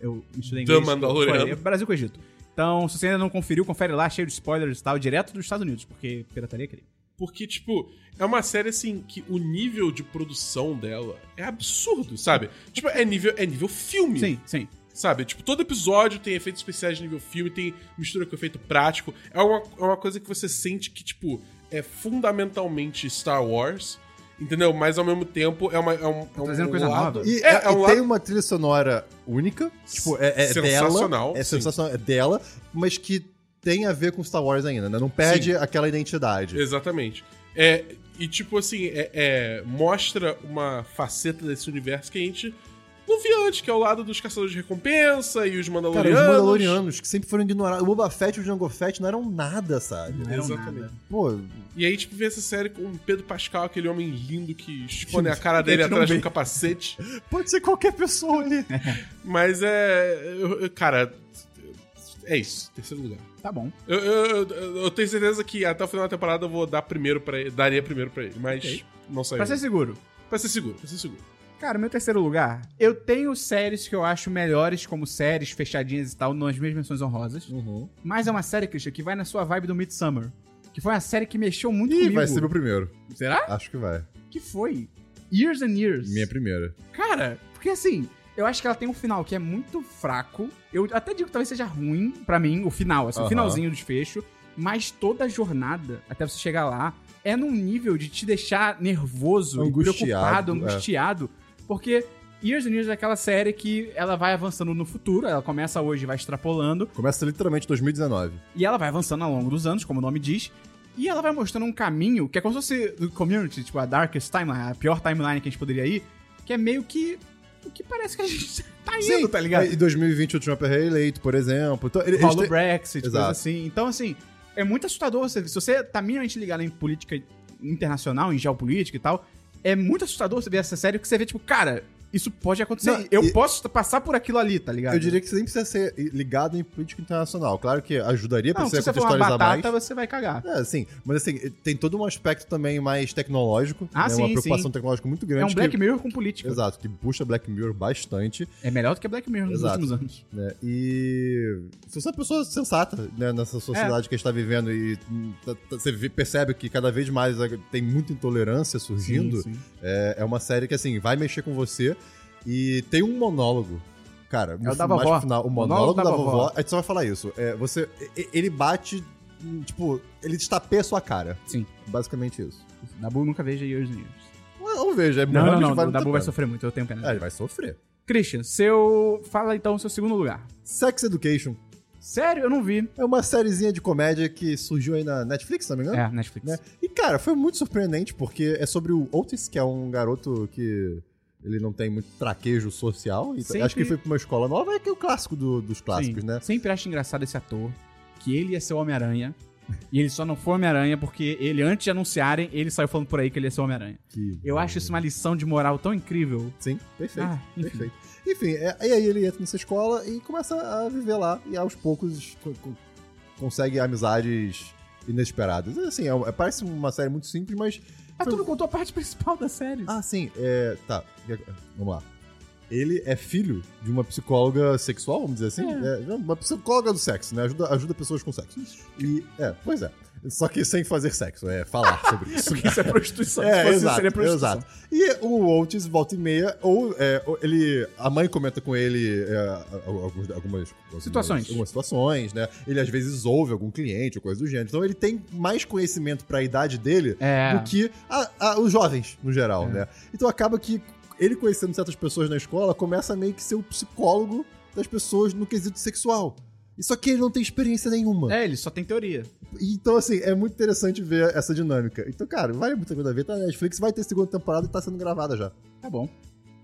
Eu estudei The inglês. Mandaloriano. Foi, é Brasil com o Egito. Então, se você ainda não conferiu, confere lá, cheio de spoilers e tal, direto dos Estados Unidos, porque pirataria é crime. Porque, tipo, é uma série assim que o nível de produção dela é absurdo, sabe? Tipo, é nível, é nível filme. Sim, sim. Sabe? Tipo, todo episódio tem efeitos especiais de nível filme, tem mistura com efeito prático. É uma, é uma coisa que você sente que, tipo, é fundamentalmente Star Wars, entendeu? Mas ao mesmo tempo é, uma, é um. É um trazendo coisa lado- nova. E, É, é- é um e lado- tem uma trilha sonora única, tipo, é, é Sensacional, dela, é sim. sensacional, é dela, mas que tem a ver com Star Wars ainda, né? Não perde aquela identidade. Exatamente. É, e tipo assim, é, é, mostra uma faceta desse universo que a gente não via antes, que é o lado dos caçadores de recompensa e os Cara, os Mandalorianos. Mandalorianos que sempre foram ignorados. O Boba Fett e o Jango Fett não eram nada, sabe? Não eram Exatamente. nada. Pô, E aí, tipo, vê essa série com o Pedro Pascal, aquele homem lindo que esconde a cara A dele gente não atrás de vê. um capacete. pode ser qualquer pessoa ali. Mas é. eu- eu- Cara, é isso. Terceiro lugar. Tá bom. Eu, eu- eu- eu tenho certeza que até o final da temporada eu vou dar primeiro pra ele. Daria primeiro pra ele, mas Ok. não saiu. Pra ser seguro. pra ser seguro, pra ser seguro. Cara, meu terceiro lugar. Eu tenho séries que eu acho melhores como séries fechadinhas e tal, nas minhas menções honrosas. Uhum. Mas é uma série, Christian, que vai na sua vibe do Midsummer. Que foi uma série que mexeu muito Ih, comigo. vai ser meu primeiro. Será? Acho que vai. Que foi Years and Years. Minha primeira. Cara, porque assim, eu acho que ela tem um final que é muito fraco. Eu até digo que talvez seja ruim pra mim, o final, assim, o Aham. finalzinho do desfecho. Mas toda a jornada, até você chegar lá, é num nível de te deixar nervoso, e Angustiado, preocupado, é. angustiado. Porque Years and Years é aquela série que ela vai avançando no futuro, ela começa hoje e vai extrapolando. Começa literalmente em 2019. E ela vai avançando ao longo dos anos, como o nome diz. E ela vai mostrando um caminho que é como se fosse do community, tipo a Darkest Timeline, a pior timeline que a gente poderia ir, que é meio que. O que parece que a gente tá indo, tá ligado? Em 2020 o Trump é reeleito, por exemplo. Então, ele- eles Rola o têm- Brexit, coisa Exato. assim. Então, assim, é muito assustador. Você, se você tá minimamente ligado em política internacional, em geopolítica e tal, é muito assustador você ver essa série, porque você vê, tipo, cara, isso pode acontecer. Não, eu e- posso passar por aquilo ali, tá ligado? Eu diria que você nem precisa ser ligado em política internacional. Claro que ajudaria pra não, você se você for uma contextualizar mais. batata, você vai cagar. É, sim. Mas assim, tem todo um aspecto também mais tecnológico. Ah, né? sim, Uma preocupação sim. tecnológica muito grande. É um Black que... Mirror com política. Exato, que puxa Black Mirror bastante, É melhor do que Black Mirror nos Exato. últimos anos. né? E se você é uma pessoa sensata né, nessa É. sociedade que a gente tá vivendo e hum, tá- tá- você vê- percebe que cada vez mais eh, tem muita intolerância surgindo, Sim, sim. É, é uma série que, assim, vai mexer com você e tem um monólogo. Cara, no É o da fi- mais pro vovó. final, o monólogo, da, vovó, a gente só vai falar isso. É, você, e- ele bate, tipo, ele destapeia a sua cara. Sim. Basicamente isso. Dabu nunca veja Years and Years. Não veja, é Não, monólogo não, de não. vários o Dabu vai temporadas. sofrer muito, eu tenho pena. É, dele. ele vai sofrer. Christian, seu. Fala então o seu segundo lugar. Sex Education Sério, eu não vi. é uma sériezinha de comédia que surgiu aí na Netflix, se não me engano. É, Netflix. né? E, cara, foi muito surpreendente, porque é sobre o Otis, que é um garoto que ele não tem muito traquejo social. E Sempre- Acho que ele foi pra uma escola nova, é que é o clássico do- dos clássicos, Sim. né? Sempre acho engraçado esse ator, que ele ia ser o Homem-Aranha. E ele só não foi Homem-Aranha porque ele, antes de anunciarem, ele saiu falando por aí que ele ia ser o Homem-Aranha. Que Eu acho isso uma lição de moral tão incrível. Sim, perfeito. Ah, enfim. perfeito. Enfim, é, e aí ele entra nessa escola e começa a viver lá. E aos poucos co- co- consegue amizades inesperadas. É Assim, é um- é- parece uma série muito simples, mas. Ah, tu não contou a parte principal da série. um Ah, sim, é. Tá, vamos lá. Ele é filho de uma psicóloga sexual, vamos dizer assim? É, uma psicóloga do sexo, né? Ajuda, ajuda pessoas com sexo. E, é, pois é. Só que sem fazer sexo, é falar sobre isso. Isso é prostituição. Se É, fosse isso, exato, seria prostituição. exato. E o Otis volta e meia, ou, é, ou ele. A mãe comenta com ele é, alguns- algumas, algumas- Situações. Algumas situações, né? Ele às vezes ouve algum cliente ou coisa do gênero. Então ele tem mais conhecimento pra idade dele É. do que a- a- os jovens, no geral, né? Então acaba que ele conhecendo certas pessoas na escola começa a meio que ser o psicólogo das pessoas no quesito sexual. E Só que ele não tem experiência nenhuma. É, ele só tem teoria. Então, assim, é muito interessante ver essa dinâmica. Então, cara, vale muito a pena ver. Tá na Netflix, vai ter segunda temporada e tá sendo gravada já. Tá bom.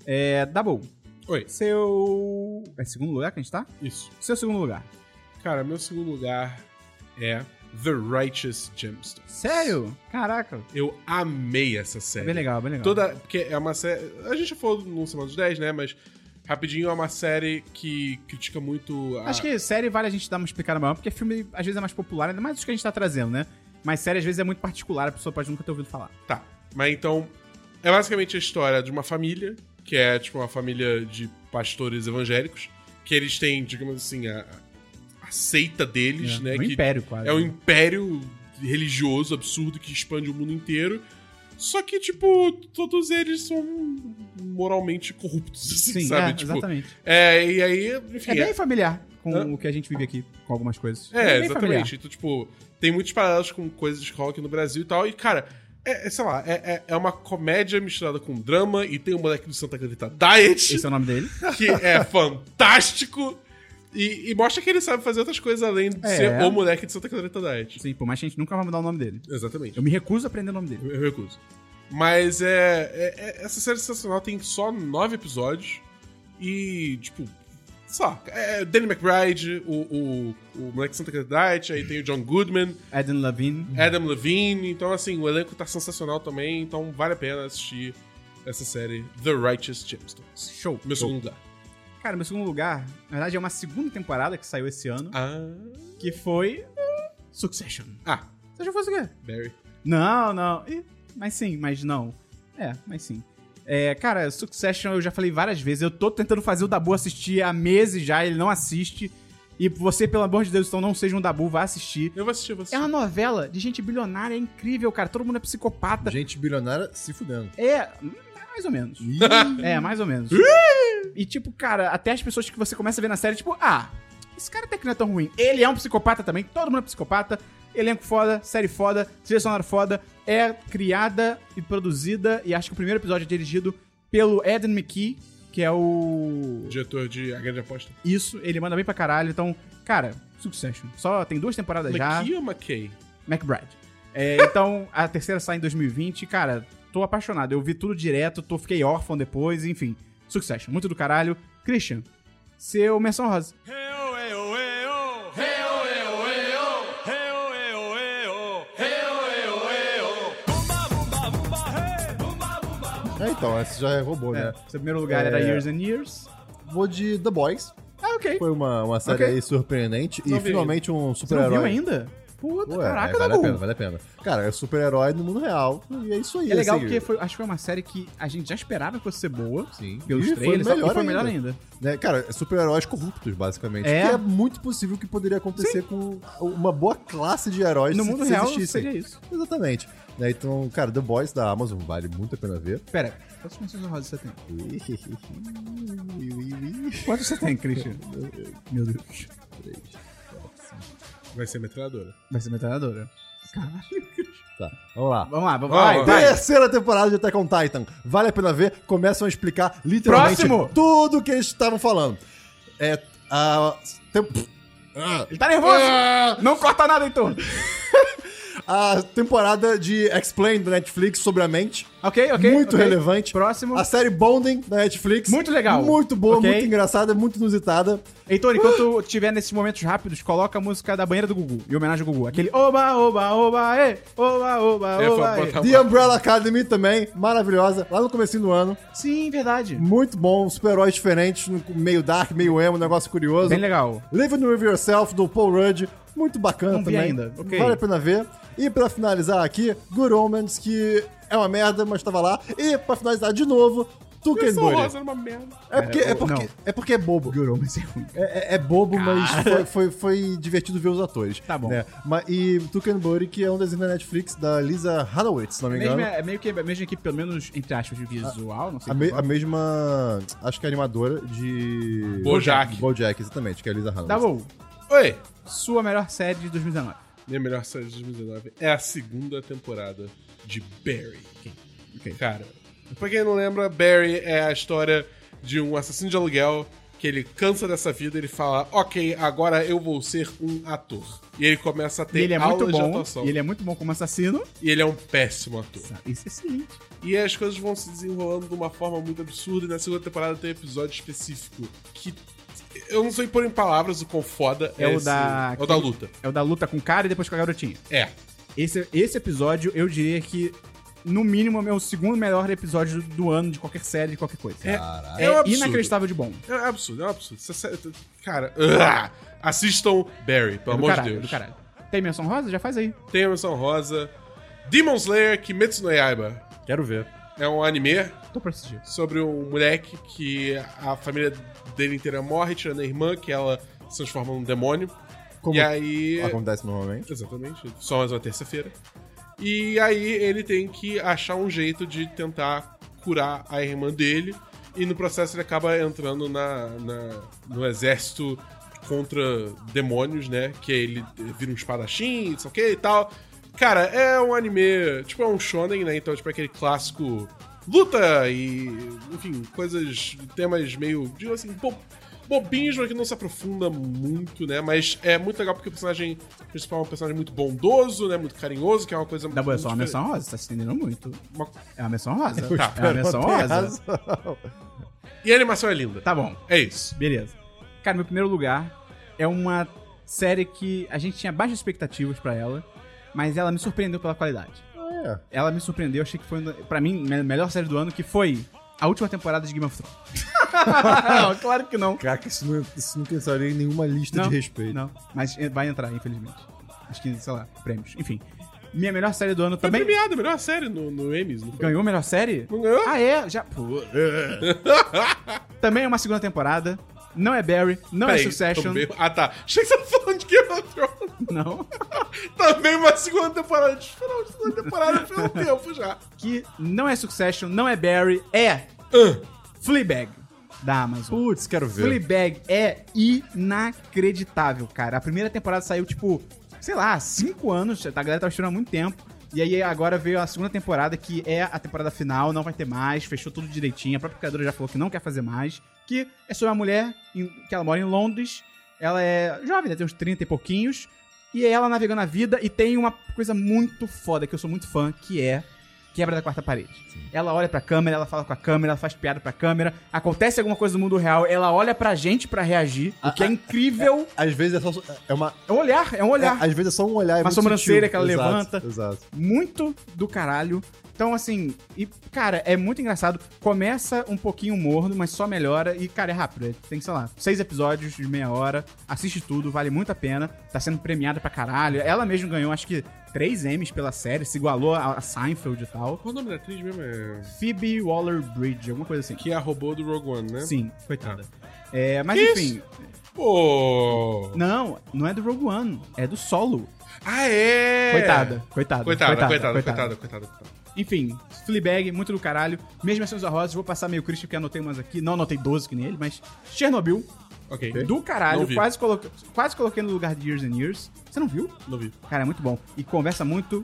É, Dabu. Oi. Seu. É segundo lugar que a gente tá? Isso. Seu segundo lugar. Cara, meu segundo lugar é The Righteous Gemstone. Sério? Caraca. Eu amei essa É série. bem legal, bem legal. Toda. Porque é uma série. A gente já falou no Semana dos 10, né? Mas Rapidinho é uma série que critica muito a. Acho que série vale a gente dar uma explicada maior, porque filme às vezes é mais popular, ainda mais os que a gente tá trazendo, né? Mas série às vezes é muito particular, a pessoa pode nunca ter ouvido falar. Tá. Mas então, é basicamente a história de uma família, que é tipo uma família de pastores evangélicos, que eles têm, digamos assim, a, a seita deles, né? é um que império quase. é um império religioso absurdo que expande o mundo inteiro. Só que, tipo, todos eles são moralmente corruptos, assim, Sim, sabe? é, tipo, exatamente. É, e aí, enfim. É bem familiar com Hã? o que a gente vive aqui, com algumas coisas. É, bem exatamente. Então, tipo, tem muitos paralelos com coisas de rock no Brasil e tal. E, cara, é, é, sei lá, é, é- é uma comédia misturada com drama. E tem o moleque do Santa Clarita Diet, Esse é o nome dele. que é fantástico. E, e mostra que ele sabe fazer outras coisas além de É. ser o moleque de Santa Clarita Diet. Sim, por mais que a gente nunca vai mudar o nome dele. Exatamente. Eu me recuso a aprender o nome dele. Eu, eu recuso. Mas é, é- é- Essa série sensacional tem só nove episódios. E, tipo. Só. É Danny McBride, o, o, o moleque de Santa Clarita Diet, aí tem o John Goodman. Adam Levine. Adam Levine. Então, assim, o elenco tá sensacional também. Então, vale a pena assistir essa série The Righteous Gemstones. Show. Meu segundo lugar. Cara, meu segundo lugar, na verdade, é uma segunda temporada que saiu esse ano, Ah. que foi. eh, Succession. Ah, Você já foi o quê? Barry. Não, não. Ih, mas sim, mas não. É, mas sim. É, cara, Succession eu já falei várias vezes. Eu tô tentando fazer o Dabu assistir há meses já, ele não assiste. E você, pelo amor de Deus, então não seja um Dabu, vá assistir. Eu vou assistir, eu vou assistir. É uma novela de gente bilionária, é incrível, cara. Todo mundo é psicopata. Gente bilionária se fudendo. É, hum, mais ou menos. É, mais ou menos. e tipo, cara, até as pessoas que você começa a ver na série, tipo, ah, esse cara até que não é tão ruim. Ele é um psicopata também, todo mundo é psicopata. Elenco foda, série foda, trilha sonora foda. É criada e produzida, e acho que o primeiro episódio é dirigido pelo Eden McKee, que é o... Diretor de A Grande Aposta. Isso, ele manda bem pra caralho. Então, cara, Succession. Só tem duas temporadas já. Makia ou McKay? McBride. É, então, a terceira sai em 2020. Cara, tô apaixonado. Eu vi tudo direto, tô, fiquei órfão depois, enfim. Succession, muito do caralho. Christian, seu menção rosa. É, então, essa já é robô, É, né? seu primeiro lugar era É. Years and Years. Vou de The Boys. Ah, ok. Foi um uma, uma série Ok. aí surpreendente. Não e vi finalmente um Você não viu super-herói. ainda? Puta, Ué, caraca, é, vale a Dabu. pena, vale a pena. Cara, é super-herói no mundo real. E é isso aí. É legal assim, porque foi, acho que foi uma série que a gente já esperava que fosse ser boa. Sim. Pelos E foi trailers, melhor e foi melhor ainda. ainda. né, Cara, é super-heróis corruptos, basicamente. É. Que é muito possível que poderia acontecer com uma boa classe de heróis No se- mundo se real existissem. seria isso. Exatamente. Né, Então, cara, The Boys da Amazon vale muito a pena ver. Pera, quantas menções rosas você tem? Quantos você tem, Christian? Um, Meu Deus. Vai ser metralhadora. Vai ser metralhadora. Caralho. Tá, vamos lá. Vamos lá, vamos Vai, lá. vai. Terceira temporada de Attack on Titan. Vale a pena ver. Começam a explicar literalmente Próximo! tudo que eles estavam falando. É. A, tem- Ah. Ele tá nervoso! Ah! Não corta nada, Heitor! a temporada de Explain da Netflix sobre a mente. Ok, ok. muito ok. relevante. Próximo. A série Bonding da Netflix. Muito legal. Muito boa, Ok. muito engraçada, muito inusitada. Heitor, enquanto tiver nesses momentos rápidos, coloca a música da banheira do Gugu. E homenagem ao Gugu. Aquele oba, oba, oba, e, oba, oba, É, oba. foi- ê. foi- The Umbrella Academy também, maravilhosa, lá no comecinho do ano. Sim, verdade. Muito bom, super-heróis diferentes, no- meio dark, meio emo, um negócio curioso. Bem legal. Living With Yourself, do Paul Rudd. Muito bacana Não vi também. ainda, ok. Vale a pena ver. E pra finalizar aqui, Good Omens, que é uma merda, mas tava lá. E pra finalizar de novo, Tuken Menção Booty. rosa era uma merda. É porque é, Não. porque, é porque é bobo. Guru, mas é ruim. É, é- é bobo, mas foi, foi- foi divertido ver os atores. Tá bom. Né? Ma- E Tuken Booty, que é um desenho da Netflix da Lisa Hadowitz, Tá se não me engano. Mesmo, é meio que a mesma equipe, pelo menos, entre aspas, visual, não sei. A, como me- fala. a mesma, acho que é animadora de... Bojack. Bojack, exatamente, que é a Lisa Hadowitz. Tá bom. Oi! Sua melhor série de 2019. Minha melhor série de 2019 é a segunda temporada de Barry. Cara, pra quem não lembra, Barry é a história de um assassino de aluguel que ele cansa dessa vida, ele fala, ok, agora eu vou ser um ator. E ele começa a E ter ele é aulas muito de bom. atuação. E ele é muito bom como assassino. E ele é um péssimo ator. Isso é excelente. E as coisas vão se desenrolando de uma forma muito absurda. E na segunda temporada tem um episódio específico que. Eu não sei pôr em palavras o quão foda É o esse- da- É o da luta. É o da luta com o cara e depois com a garotinha. É. Esse, esse episódio, eu diria que no mínimo, é o segundo melhor episódio do, do ano de qualquer série, de qualquer coisa. É, Caralho. É é um absurdo. inacreditável de bom. É um absurdo, é um absurdo. Essa série- Cara, ah, assistam Barry, pelo É do amor caralho, de é Deus. do caralho. Tem menção rosa? Já faz aí. Tem a versão rosa. Demon Slayer Kimetsu no Yaiba. Quero ver. É um anime Tô pra assistir. sobre um moleque que a família dele inteira morre, tirando a irmã, que ela se transforma num demônio. Como E aí... acontece normalmente. Exatamente, só mais uma terça-feira. E aí ele tem que achar um jeito de tentar curar a irmã dele. E no processo ele acaba entrando na, na- no exército contra demônios, né? Que ele vira um espadachim, isso aqui e tal. Cara, é um anime, tipo, é um shonen, né? Então, tipo, é aquele clássico luta e, enfim, coisas, temas meio, digo assim, bo bobinhos, mas que não se aprofunda muito, né? Mas é muito legal porque o personagem principal é um personagem muito bondoso, né? Muito carinhoso, que é uma coisa Dá boa, é muito só uma diferente. menção rosa, tá se estendendo muito. Uma- É uma menção rosa. Eu É uma espero menção ter rosa. razão. E a animação é linda. Tá bom. É isso. Beleza. Cara, meu primeiro lugar é uma série que a gente tinha baixas expectativas pra ela, mas ela me surpreendeu pela qualidade. Ah, é. Ela me surpreendeu, achei que foi, pra mim, a melhor série do ano, que foi a última temporada de Game of Thrones. não, claro que não. Caraca, isso não, isso não tem salário em nenhuma lista não, de respeito. Não, mas vai entrar, infelizmente. Acho que, sei lá, prêmios. Enfim, minha melhor série do ano Foi também. premiada, a melhor série no, no Emmys, não foi? Ganhou a melhor série? Não ganhou? Ah, é? Já. Pô. Também é uma segunda temporada. Não é Barry, não é Peraí, Succession. também- Ah, tá. Achei que você tava falando de Game of Thrones. Não. Também uma segunda temporada. Esperou uma segunda temporada foi um tempo já. Que não é Succession, não é Barry, é Ah, Fleabag da Amazon. Putz, quero ver. Fleabag é inacreditável, cara. A primeira temporada saiu, tipo, sei lá, cinco anos. A galera tava esperando há muito tempo. E aí agora veio a segunda temporada, que é a temporada final, não vai ter mais, fechou tudo direitinho. A própria criadora já falou que não quer fazer mais. Que é sobre uma mulher em- que ela mora em Londres. Ela é jovem, né? Tem uns 30 e pouquinhos. E é ela navegando a vida e tem uma coisa muito foda, que eu sou muito fã, que é quebra da quarta parede. Ela olha pra câmera, ela fala com a câmera, ela faz piada pra câmera. Acontece alguma coisa no mundo real, ela olha pra gente pra reagir, o que é incrível. Às vezes é só. É uma, É um olhar, é um olhar. é- às vezes é só um olhar. é Uma muito sobrancelha sutil. que ela Exato, levanta. Exato. muito do caralho. Então, assim, e, cara, é muito engraçado. Começa um pouquinho morno, mas só melhora. E, cara, é rápido. É- Tem, sei lá, seis episódios de meia hora. Assiste tudo, vale muito a pena. Tá sendo premiada pra caralho. Ela mesma ganhou, acho que, três M's pela série. Se igualou a a Seinfeld e tal. Qual o nome da atriz mesmo? É... Phoebe Waller-Bridge, alguma coisa assim. Que é a robô do Rogue One, né? Sim, coitada. É, mas Que enfim, Pô. não, não é do Rogue One, é do Solo. Ah, é! Coitada, coitada, Coitada, coitada, coitada, coitada. coitada. Enfim, Fleabag, muito do caralho. Mesmo assim, os arrosos, vou passar meio crítico porque anotei umas aqui. Não anotei 12 que nem ele, mas Chernobyl, Ok, do Não caralho. vi. Quase coloquei, quase coloquei no lugar de Years and Years. Você não viu? não vi. Cara, é muito bom. E conversa muito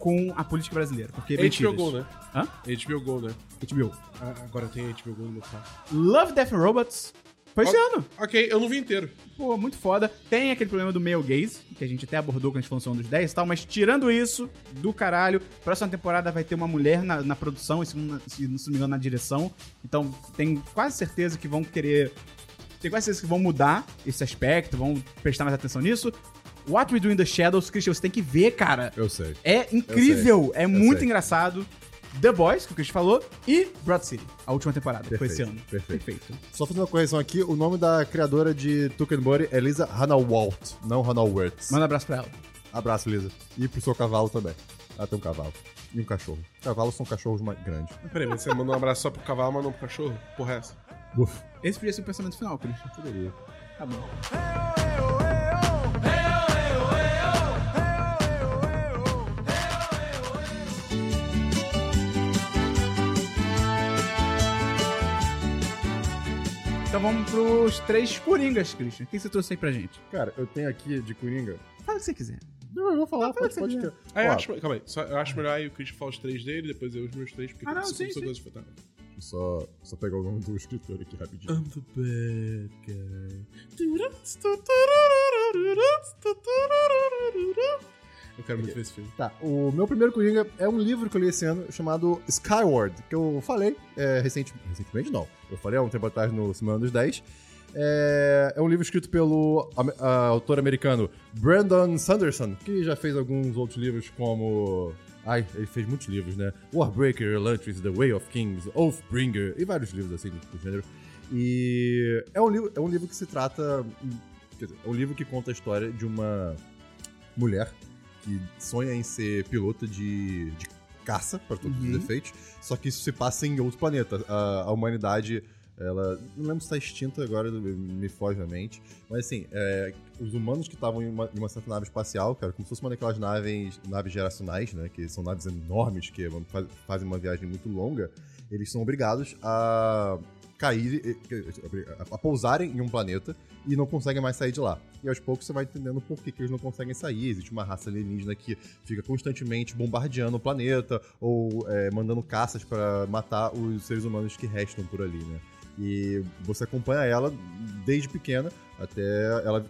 com a política brasileira, porque é HBO mentiras. Go, né? Hã? HBO Go, né? HBO. Ah, agora tem HBO Go no meu carro. Love, Death and Robots. Foi esse ano. Ok, eu não vi inteiro. Pô, muito foda. Tem aquele problema do male gaze, que a gente até abordou com a expansão dos 10 e tal, mas tirando isso, do caralho, próxima temporada vai ter uma mulher na, na produção, e se, não- se, não- se não me engano, na direção. Então, tenho quase certeza que vão querer. Tenho quase certeza que vão mudar esse aspecto, vão prestar mais atenção nisso. What We Do in the Shadows, Christian, você tem que ver, cara. Eu sei. É incrível, é muito sei. engraçado. The Boys, que o Christian falou, e Broad City, a última temporada, que foi esse Perfeito, ano. perfeito. perfeito. Só fazendo uma correção aqui, o nome da criadora de Tuck and Body é Lisa Hanawalt, não Hanawurtz. Manda um abraço pra ela. Abraço, Lisa. E pro seu cavalo também. Ela tem um cavalo. E um cachorro. Cavalos são cachorros mais grandes. Peraí, mas você mandou um abraço só pro cavalo, mas não pro cachorro? Porra, é essa. Uf, Esse podia ser o pensamento final, Christian. poderia. Tá bom. Então vamos pros três coringas, Christian. O que você trouxe aí pra gente? Cara, eu tenho aqui de Coringa. Fala o que você quiser. Não, eu vou falar, fala pode, o que pode É, você ter. Ah, eu Ó, acho, calma aí, só- eu acho melhor aí o Christian falar os três dele, depois eu os meus três, porque Ah, não, são- sim, são sim. coisas afetadas. Só, só pegar o nome do escritor aqui rapidinho. I'm the bad guy. Eu quero muito ver esse filme. Tá, o meu primeiro Coringa é um livro que eu li esse ano chamado Skyward, que eu falei é, recente- recentemente, não. Eu falei há um tempo atrás no Semana dos 10. É, é um livro escrito pelo am- ah, autor americano Brandon Sanderson, que já fez alguns outros livros como Ai, ele fez muitos livros, né? Warbreaker, Elantris, The Way of Kings, Oathbringer e vários livros assim do gênero. E é um livro, é um livro que se trata. Quer dizer, é um livro que conta a história de uma mulher que sonha em ser pilota de, de caça, para todos os efeitos, só que isso se passa em outro planeta. A, a humanidade, ela. Não lembro se está extinta agora, me foge a mente. Mas assim, é, os humanos que estavam em uma, em uma certa nave espacial, cara, como se fosse uma daquelas naves, naves geracionais, né? Que são naves enormes, que vão- faz- fazem uma viagem muito longa, eles são obrigados a cair, eh, a- a pousarem em um planeta e não conseguem mais sair de lá. E aos poucos você vai entendendo por que, que eles não conseguem sair. Existe uma raça alienígena que fica constantemente bombardeando o planeta ou eh, mandando caças para matar os seres humanos que restam por ali, né? E você acompanha ela desde pequena até ela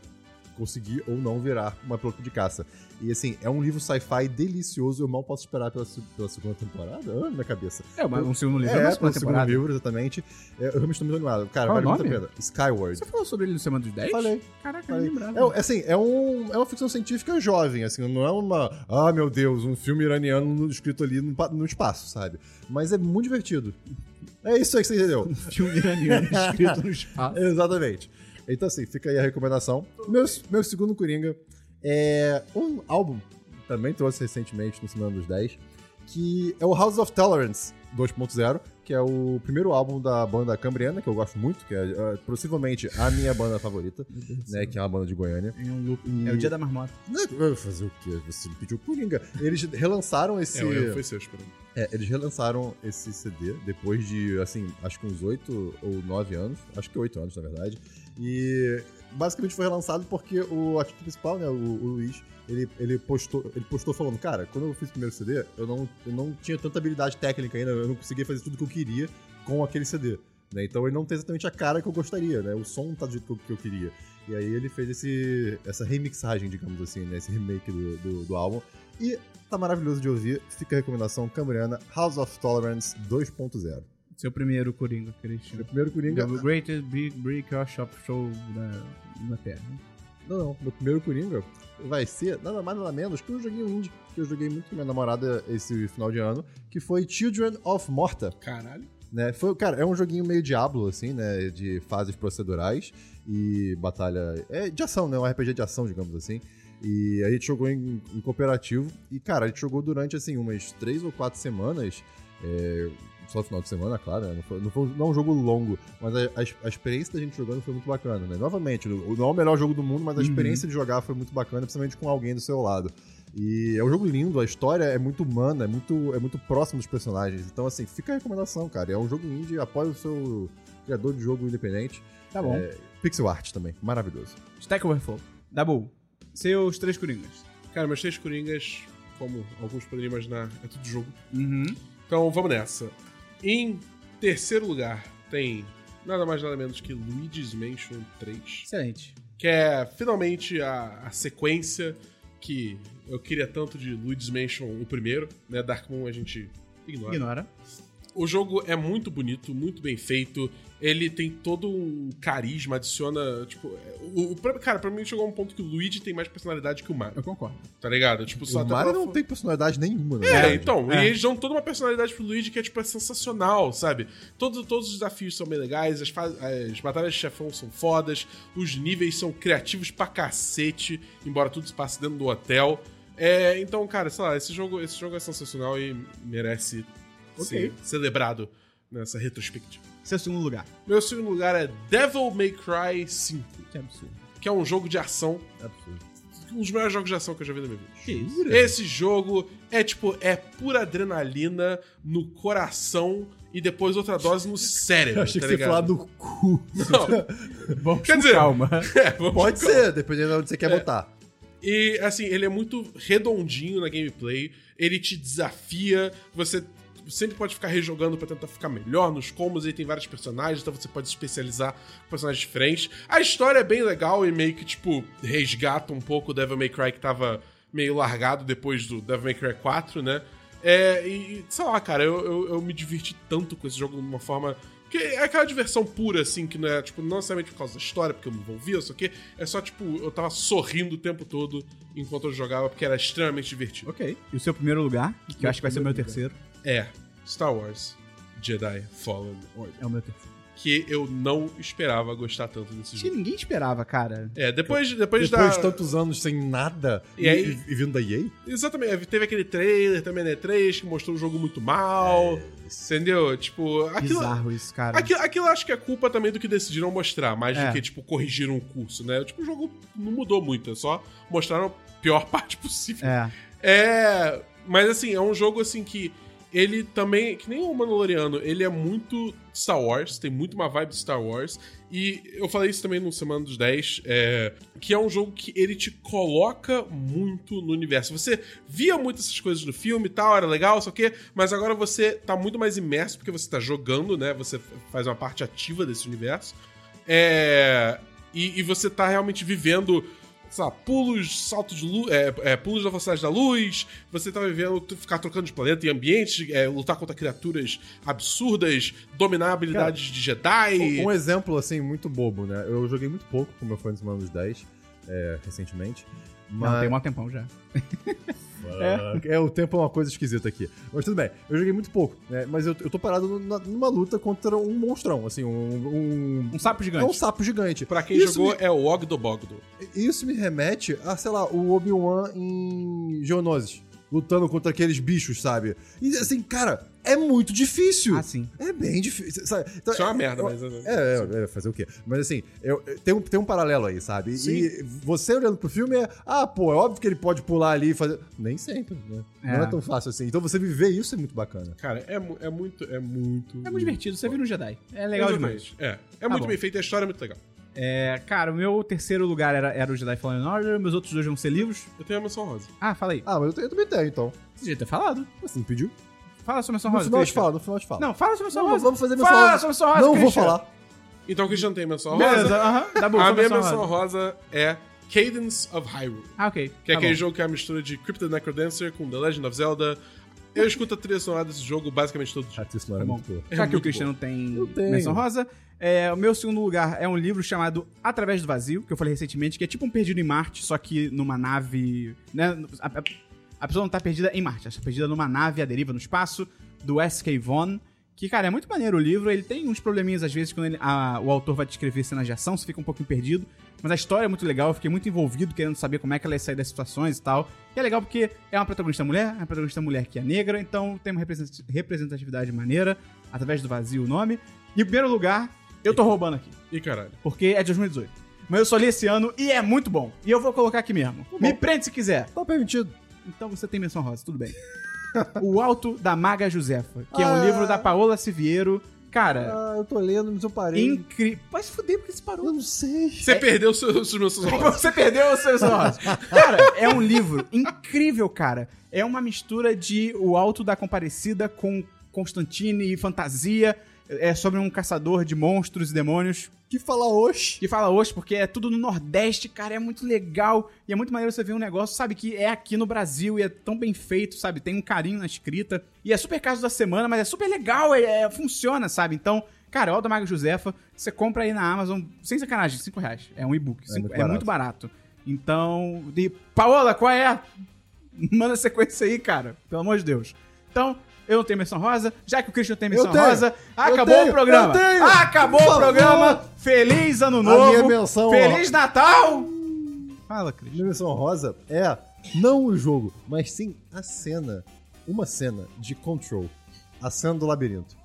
conseguir ou não virar uma piloto de caça. E assim, é um livro sci-fi delicioso. Eu mal posso esperar pela, se- pela segunda temporada. Ah, minha cabeça. É, mas um segundo livro é, É, uma é segunda pelo segundo temporada. livro, exatamente. É, Eu realmente estou muito animado. Cara, Qual é vale o muito a nome? pena. Skyward. Você falou sobre ele no Semana dos 10? Falei. Caraca, eu Falei. não lembrava. É, assim, é, um, é uma ficção científica jovem, assim, não é uma. Ah, meu Deus, um filme iraniano no- escrito ali no, pa- no espaço, sabe? Mas é muito divertido. É isso aí que você entendeu. filme iraniano escrito um no espaço. Exatamente. Então, assim, fica aí a recomendação. Meu, meu segundo Coringa é um álbum, também trouxe recentemente no Semana dos 10, que é o House of Tolerance 2.0, que é o primeiro álbum da banda cambriana, que eu gosto muito, que é eh, possivelmente a minha banda favorita, né, que é uma banda de Goiânia. É, um loop. é o dia da marmota. Né, vai Fazer o quê? Você me pediu Coringa. Eles relançaram esse. É, o erro foi seu, esperando. É, eles relançaram esse CD depois de, assim, acho que uns 8 ou 9 anos. Acho que 8 anos, na verdade. E basicamente foi relançado porque o artista principal, né, o, o Luiz, ele, ele, postou, ele postou falando, cara, quando eu fiz o primeiro CD, eu não, eu não tinha tanta habilidade técnica ainda, eu não conseguia fazer tudo que eu queria com aquele CD. Né? Então ele não tem exatamente a cara que eu gostaria, né? O som não tá do jeito que eu, que eu queria. E aí ele fez esse, essa remixagem, digamos assim, né? Esse remake do, do, do álbum. E tá maravilhoso de ouvir. Fica a recomendação cambriana House of Tolerance 2.0. Seu primeiro Coringa, Meu Cristian. primeiro Coringa. The Greatest Big Brick Shop Show da Inglaterra. Não, não. Meu primeiro Coringa vai ser nada mais nada menos que um joguinho indie que eu joguei muito com minha namorada esse final de ano, que foi Children of Morta. Caralho. né? Foi, cara, é um joguinho meio Diablo, assim, né? De fases procedurais e batalha. É de ação, né? Um RPG de ação, digamos assim. E aí a gente jogou em, em cooperativo. E, cara, a gente jogou durante, assim, umas três ou quatro semanas. é, só final de semana, claro, né? Não foi, não foi um- não um jogo longo, mas a, a ex- a experiência da gente jogando foi muito bacana, né? Novamente, o- não é o melhor jogo do mundo, mas a Uhum. experiência de jogar foi muito bacana, principalmente com alguém do seu lado. E é um jogo lindo, a história é muito humana, é muito, é muito próximo dos personagens. Então, assim, fica a recomendação, cara. É um jogo indie, apoia o seu criador de jogo independente. Tá bom. É, Pixel Art também, maravilhoso. Stack Overflow. Dabu, seus três Coringas. Cara, mas três coringas, como alguns poderiam imaginar, é tudo jogo. Uhum. Então vamos nessa. Em terceiro lugar tem nada mais nada menos que Luigi's Mansion 3. Excelente. que é finalmente a, a sequência que eu queria tanto de Luigi's Mansion o primeiro, né? Dark Moon a gente ignora. Ignora. O jogo é muito bonito, muito bem feito. Ele tem todo um carisma, adiciona, tipo, é, o, o pra- cara, pra mim chegou a um ponto que o Luigi tem mais personalidade que o Mario, Eu concordo. tá ligado? Tipo, só o até Mario é um pela não fo- tem personalidade nenhuma, né? é, então, É. e eles dão toda uma personalidade pro Luigi que é, tipo, é sensacional, sabe? Todo, todos os desafios são bem legais, as, fa- as batalhas de chefão são fodas, os níveis são criativos pra cacete, embora tudo se passe dentro do hotel. É, então, cara, sei lá, esse jogo, esse jogo é sensacional e merece ser celebrado nessa retrospectiva. Seu segundo lugar. Meu segundo lugar é Devil May Cry 5, Que absurdo. que é um jogo de ação, Absurdo. um dos melhores jogos de ação que eu já vi na minha vida. Que isso? Esse jogo é tipo, é pura adrenalina no coração e depois outra dose no cérebro. Eu achei tá que você ia ligado? falar do cu. Não, Vamos Quer com dizer- calma. é, vamos Pode ser, dependendo de onde você É. quer botar. E assim, ele é muito redondinho na gameplay, ele te desafia, você sempre pode ficar rejogando pra tentar ficar melhor nos combos, ele tem vários personagens, então você pode se especializar com personagens diferentes. A história é bem legal e meio que tipo resgata um pouco o Devil May Cry que tava meio largado depois do Devil May Cry 4, né? É, e, e, sei lá, cara, eu, eu, eu me diverti tanto com esse jogo de uma forma. Que é aquela diversão pura, assim, que não é, tipo, não necessariamente por causa da história, porque eu me envolvia, isso aqui. É só, tipo, eu tava sorrindo o tempo todo enquanto eu jogava, porque era extremamente divertido. Ok. E o seu primeiro lugar, que eu acho que vai ser o meu terceiro. É, Star Wars Jedi Fallen Order. É o meu terceiro. Que eu não esperava gostar tanto desse Acho que jogo. ninguém esperava, cara. É, depois, Depois depois, da. de tantos anos sem nada E aí- e vindo da EA? Exatamente, é, teve aquele trailer também, né? 3 que mostrou o jogo muito mal. É, Entendeu? Tipo, aquilo. Bizarro isso, cara. Aquilo, aquilo acho que é culpa também do que decidiram mostrar, mais É. do que, tipo, corrigiram o curso, né? Tipo, o jogo não mudou muito, é só mostraram a pior parte possível. É. É, mas assim, é um jogo assim que ele também, que nem o Mandaloriano, ele é muito Star Wars, tem muito uma vibe de Star Wars. E eu falei isso também no Semana dos 10, é, que é um jogo que ele te coloca muito no universo. Você via muito essas coisas no filme e tal, era legal, só que, mas agora você tá muito mais imerso porque você tá jogando, né? Você faz uma parte ativa desse universo. É, e, e você tá realmente vivendo, sei lá, pulos, saltos de luz, é, é, pulos da velocidade da luz, você tá vivendo tu ficar trocando de planeta e ambientes, é, lutar contra criaturas absurdas, dominar habilidades de Jedi. Um um exemplo, assim, muito bobo, né? Eu joguei muito pouco com meu fã de Semana dos 10, é, recentemente. Mas... Não, tem um mó tempão já. É, o tempo é uma coisa esquisita aqui. Mas tudo bem, eu joguei muito pouco, né? Mas eu, eu tô parado numa, numa luta contra um monstrão, assim, um. um- Um sapo é um gigante. sapo gigante. Pra quem Isso jogou, é o Ogdo Bogdo. me- isso me remete a, sei lá, o Obi-Wan em Geonosis. Lutando contra aqueles bichos, sabe? E assim, cara, é muito difícil. Ah, sim. É bem difícil, sabe? Então, Isso é uma merda, eu- mas. é, é, é, fazer o quê? Mas assim, eu- eu- tem, um, tem um paralelo aí, sabe? Sim. E você olhando pro filme é, ah, pô, é óbvio que ele pode pular ali e fazer. Nem sempre, né? É. Não é tão fácil assim. Então você viver isso é muito bacana. Cara, é, mu- é muito. É muito. É muito divertido, você vira um Jedi. É legal demais. Exatamente. É. É muito bom. bem feito, a história é muito legal. É, cara, o meu terceiro lugar era, era o Jedi Fallen Order, meus outros dois vão ser livros. Eu tenho a mansão rosa. Ah, fala aí. Ah, mas eu, te- eu também tenho, então. Você devia ter falado. Você não pediu? Fala sobre a São No Rosa. final eu te Christian. falo, no final eu te falo. Não, fala sobre a São Não, Rosa. vamos fazer menção Fala rosa. sobre a Tá São Rosa. não vou Christian. falar. Então o Christian tem a mansão rosa. Beleza, aham. Dá bom, A só minha São menção Rosa. rosa é Cadence of Hyrule. Ah, ok. Que é tá aquele bom. jogo que é a mistura de Crypto Necrodancer com The Legend of Zelda. Eu escuto a trilha sonora desse jogo basicamente todo dia. Ah, isso não era Tá bom. muito boa. Já que o muito Cristiano tem Eu tenho. menção rosa, é, o meu segundo lugar é um livro chamado Através do Vazio, que eu falei recentemente, que é tipo um Perdido em Marte, só que numa nave. Né, a, a- a pessoa não tá perdida em Marte, ela está perdida numa nave à deriva no espaço, do S.K. Vaughan. Que, cara, é muito maneiro o livro. Ele tem uns probleminhas, às vezes, quando ele- a- o autor vai descrever cenas de ação, você fica um pouquinho perdido. Mas a história é muito legal, eu fiquei muito envolvido querendo saber como é que ela ia sair das situações e tal. E é legal porque é uma protagonista mulher, é uma protagonista mulher que é negra, então tem uma represent- representatividade maneira, através do vazio o nome. E em primeiro lugar, eu tô roubando aqui, E caralho. porque é de 2018. Mas eu só li esse ano e é muito bom. E eu vou colocar aqui mesmo. Me prende se quiser. Tá permitido. Então você tem menção rosa, tudo bem. o Alto da Maga Josefa, que é um Ah. livro da Paola Siviero. Cara, Ah, eu tô lendo, mas eu parei. incrível. Mas fuder porque você parou. Eu não sei. É- Você perdeu seus, seus menções rosas. Você perdeu o seu rosa. Cara, é um livro incrível, cara. É uma mistura de O Alto da Comparecida com Constantine e fantasia. É sobre um caçador de monstros e demônios. Que falar hoje. que fala hoje, porque é tudo no Nordeste, cara, é muito legal. E é muito maneiro você ver um negócio, sabe, que é aqui no Brasil e é tão bem feito, sabe? Tem um carinho na escrita. E é super caso da semana, mas é super legal, é, é- funciona, sabe? Então, cara, o da Maga Josefa, você compra aí na Amazon, sem sacanagem, 5 reais. É um e-book, cinco- é, muito muito, barato. barato. Então, de... Paola, qual é? Manda a sequência aí, cara, pelo amor de Deus. Então, eu não tenho menção rosa, já que o Christian tem menção tenho, rosa, eu acabou tenho, o programa. eu tenho. Acabou Por o programa. favor. Feliz ano novo. minha menção, Feliz Natal. Fala, Cris. Minha menção rosa é não o jogo, mas sim a cena. Uma cena de control. A cena do labirinto.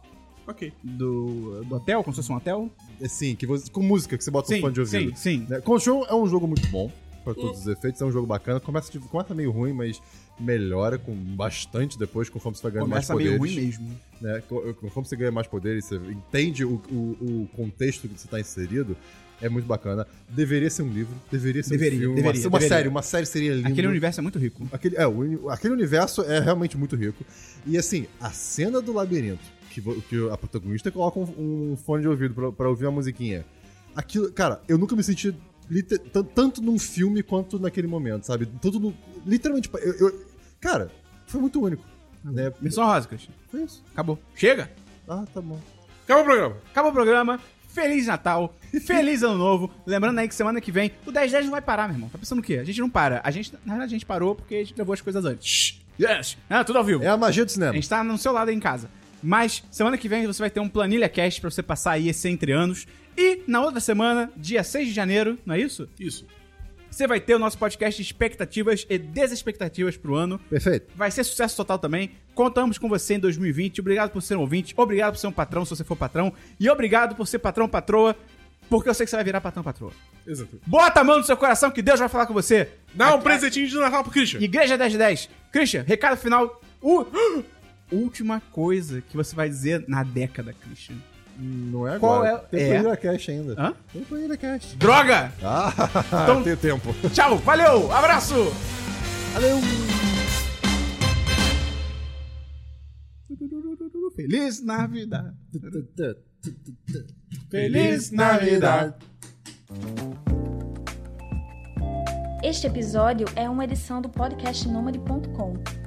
Ok. Do, do hotel, como se fosse um hotel? Assim, que você, com música que você bota um fone de ouvido. sim, Hum. sim. Né, Control é um jogo muito bom, pra todos os efeitos, é um jogo bacana. Começa, de- começa meio ruim, mas melhora com bastante depois, conforme você vai ganhando Começa mais poderes. meio ruim mesmo. né? Co- Conforme você ganha mais poderes, você entende o, o- o contexto que você está inserido. É muito bacana. Deveria ser um livro, deveria ser Deveria, um filme, deveria, uma, uma deveria. série, uma série seria linda. Aquele universo é muito rico. Aquele, é, o uni- aquele universo é realmente muito rico. E assim, a cena do labirinto, que, vo- que a protagonista coloca um, um fone de ouvido pra, pra ouvir a musiquinha. Aquilo, cara, eu nunca me senti liter- tan- tanto num filme quanto naquele momento, sabe? Tanto no, literalmente, pa- eu, eu- cara, foi muito único. né? Missão Rosicas. Foi isso. Acabou. Chega. Ah, tá bom. Acabou o programa. Acabou o programa. Feliz Natal. Feliz Ano Novo. Lembrando aí que semana que vem o 1010 não vai parar, meu irmão. Tá pensando o quê? A gente não para. A gente, na verdade, a gente parou porque a gente levou as coisas antes. Yes. Ah, tudo ao vivo. É a magia do A cinema. gente tá no seu lado aí em casa. Mas semana que vem você vai ter um Planilha Cast pra você passar aí esse entre anos. E na outra semana, dia 6 de janeiro, não é isso? Isso. Você vai ter o nosso podcast Expectativas e Desexpectativas pro ano. Perfeito. Vai ser sucesso total também. Contamos com você em 2020. Obrigado por ser um ouvinte. Obrigado por ser um patrão, se você for patrão. E obrigado por ser patrão, patroa. Porque eu sei que você vai virar patrão, patroa. Exatamente. Bota a mão no seu coração que Deus vai falar com você. Dá um presentinho de Natal pro Christian. Igreja 1010. Christian, recado final. U- Última coisa que você vai dizer na década, Christian. Não é agora. Qual é- Tem é. Planilha Cash ainda. Hã? Tem Planilha Cash. Droga! Ah, Então- tem tempo. Tchau, valeu, abraço! Valeu. Feliz Navidad. Feliz Navidad. Este episódio é uma edição do podcast Nômade.com.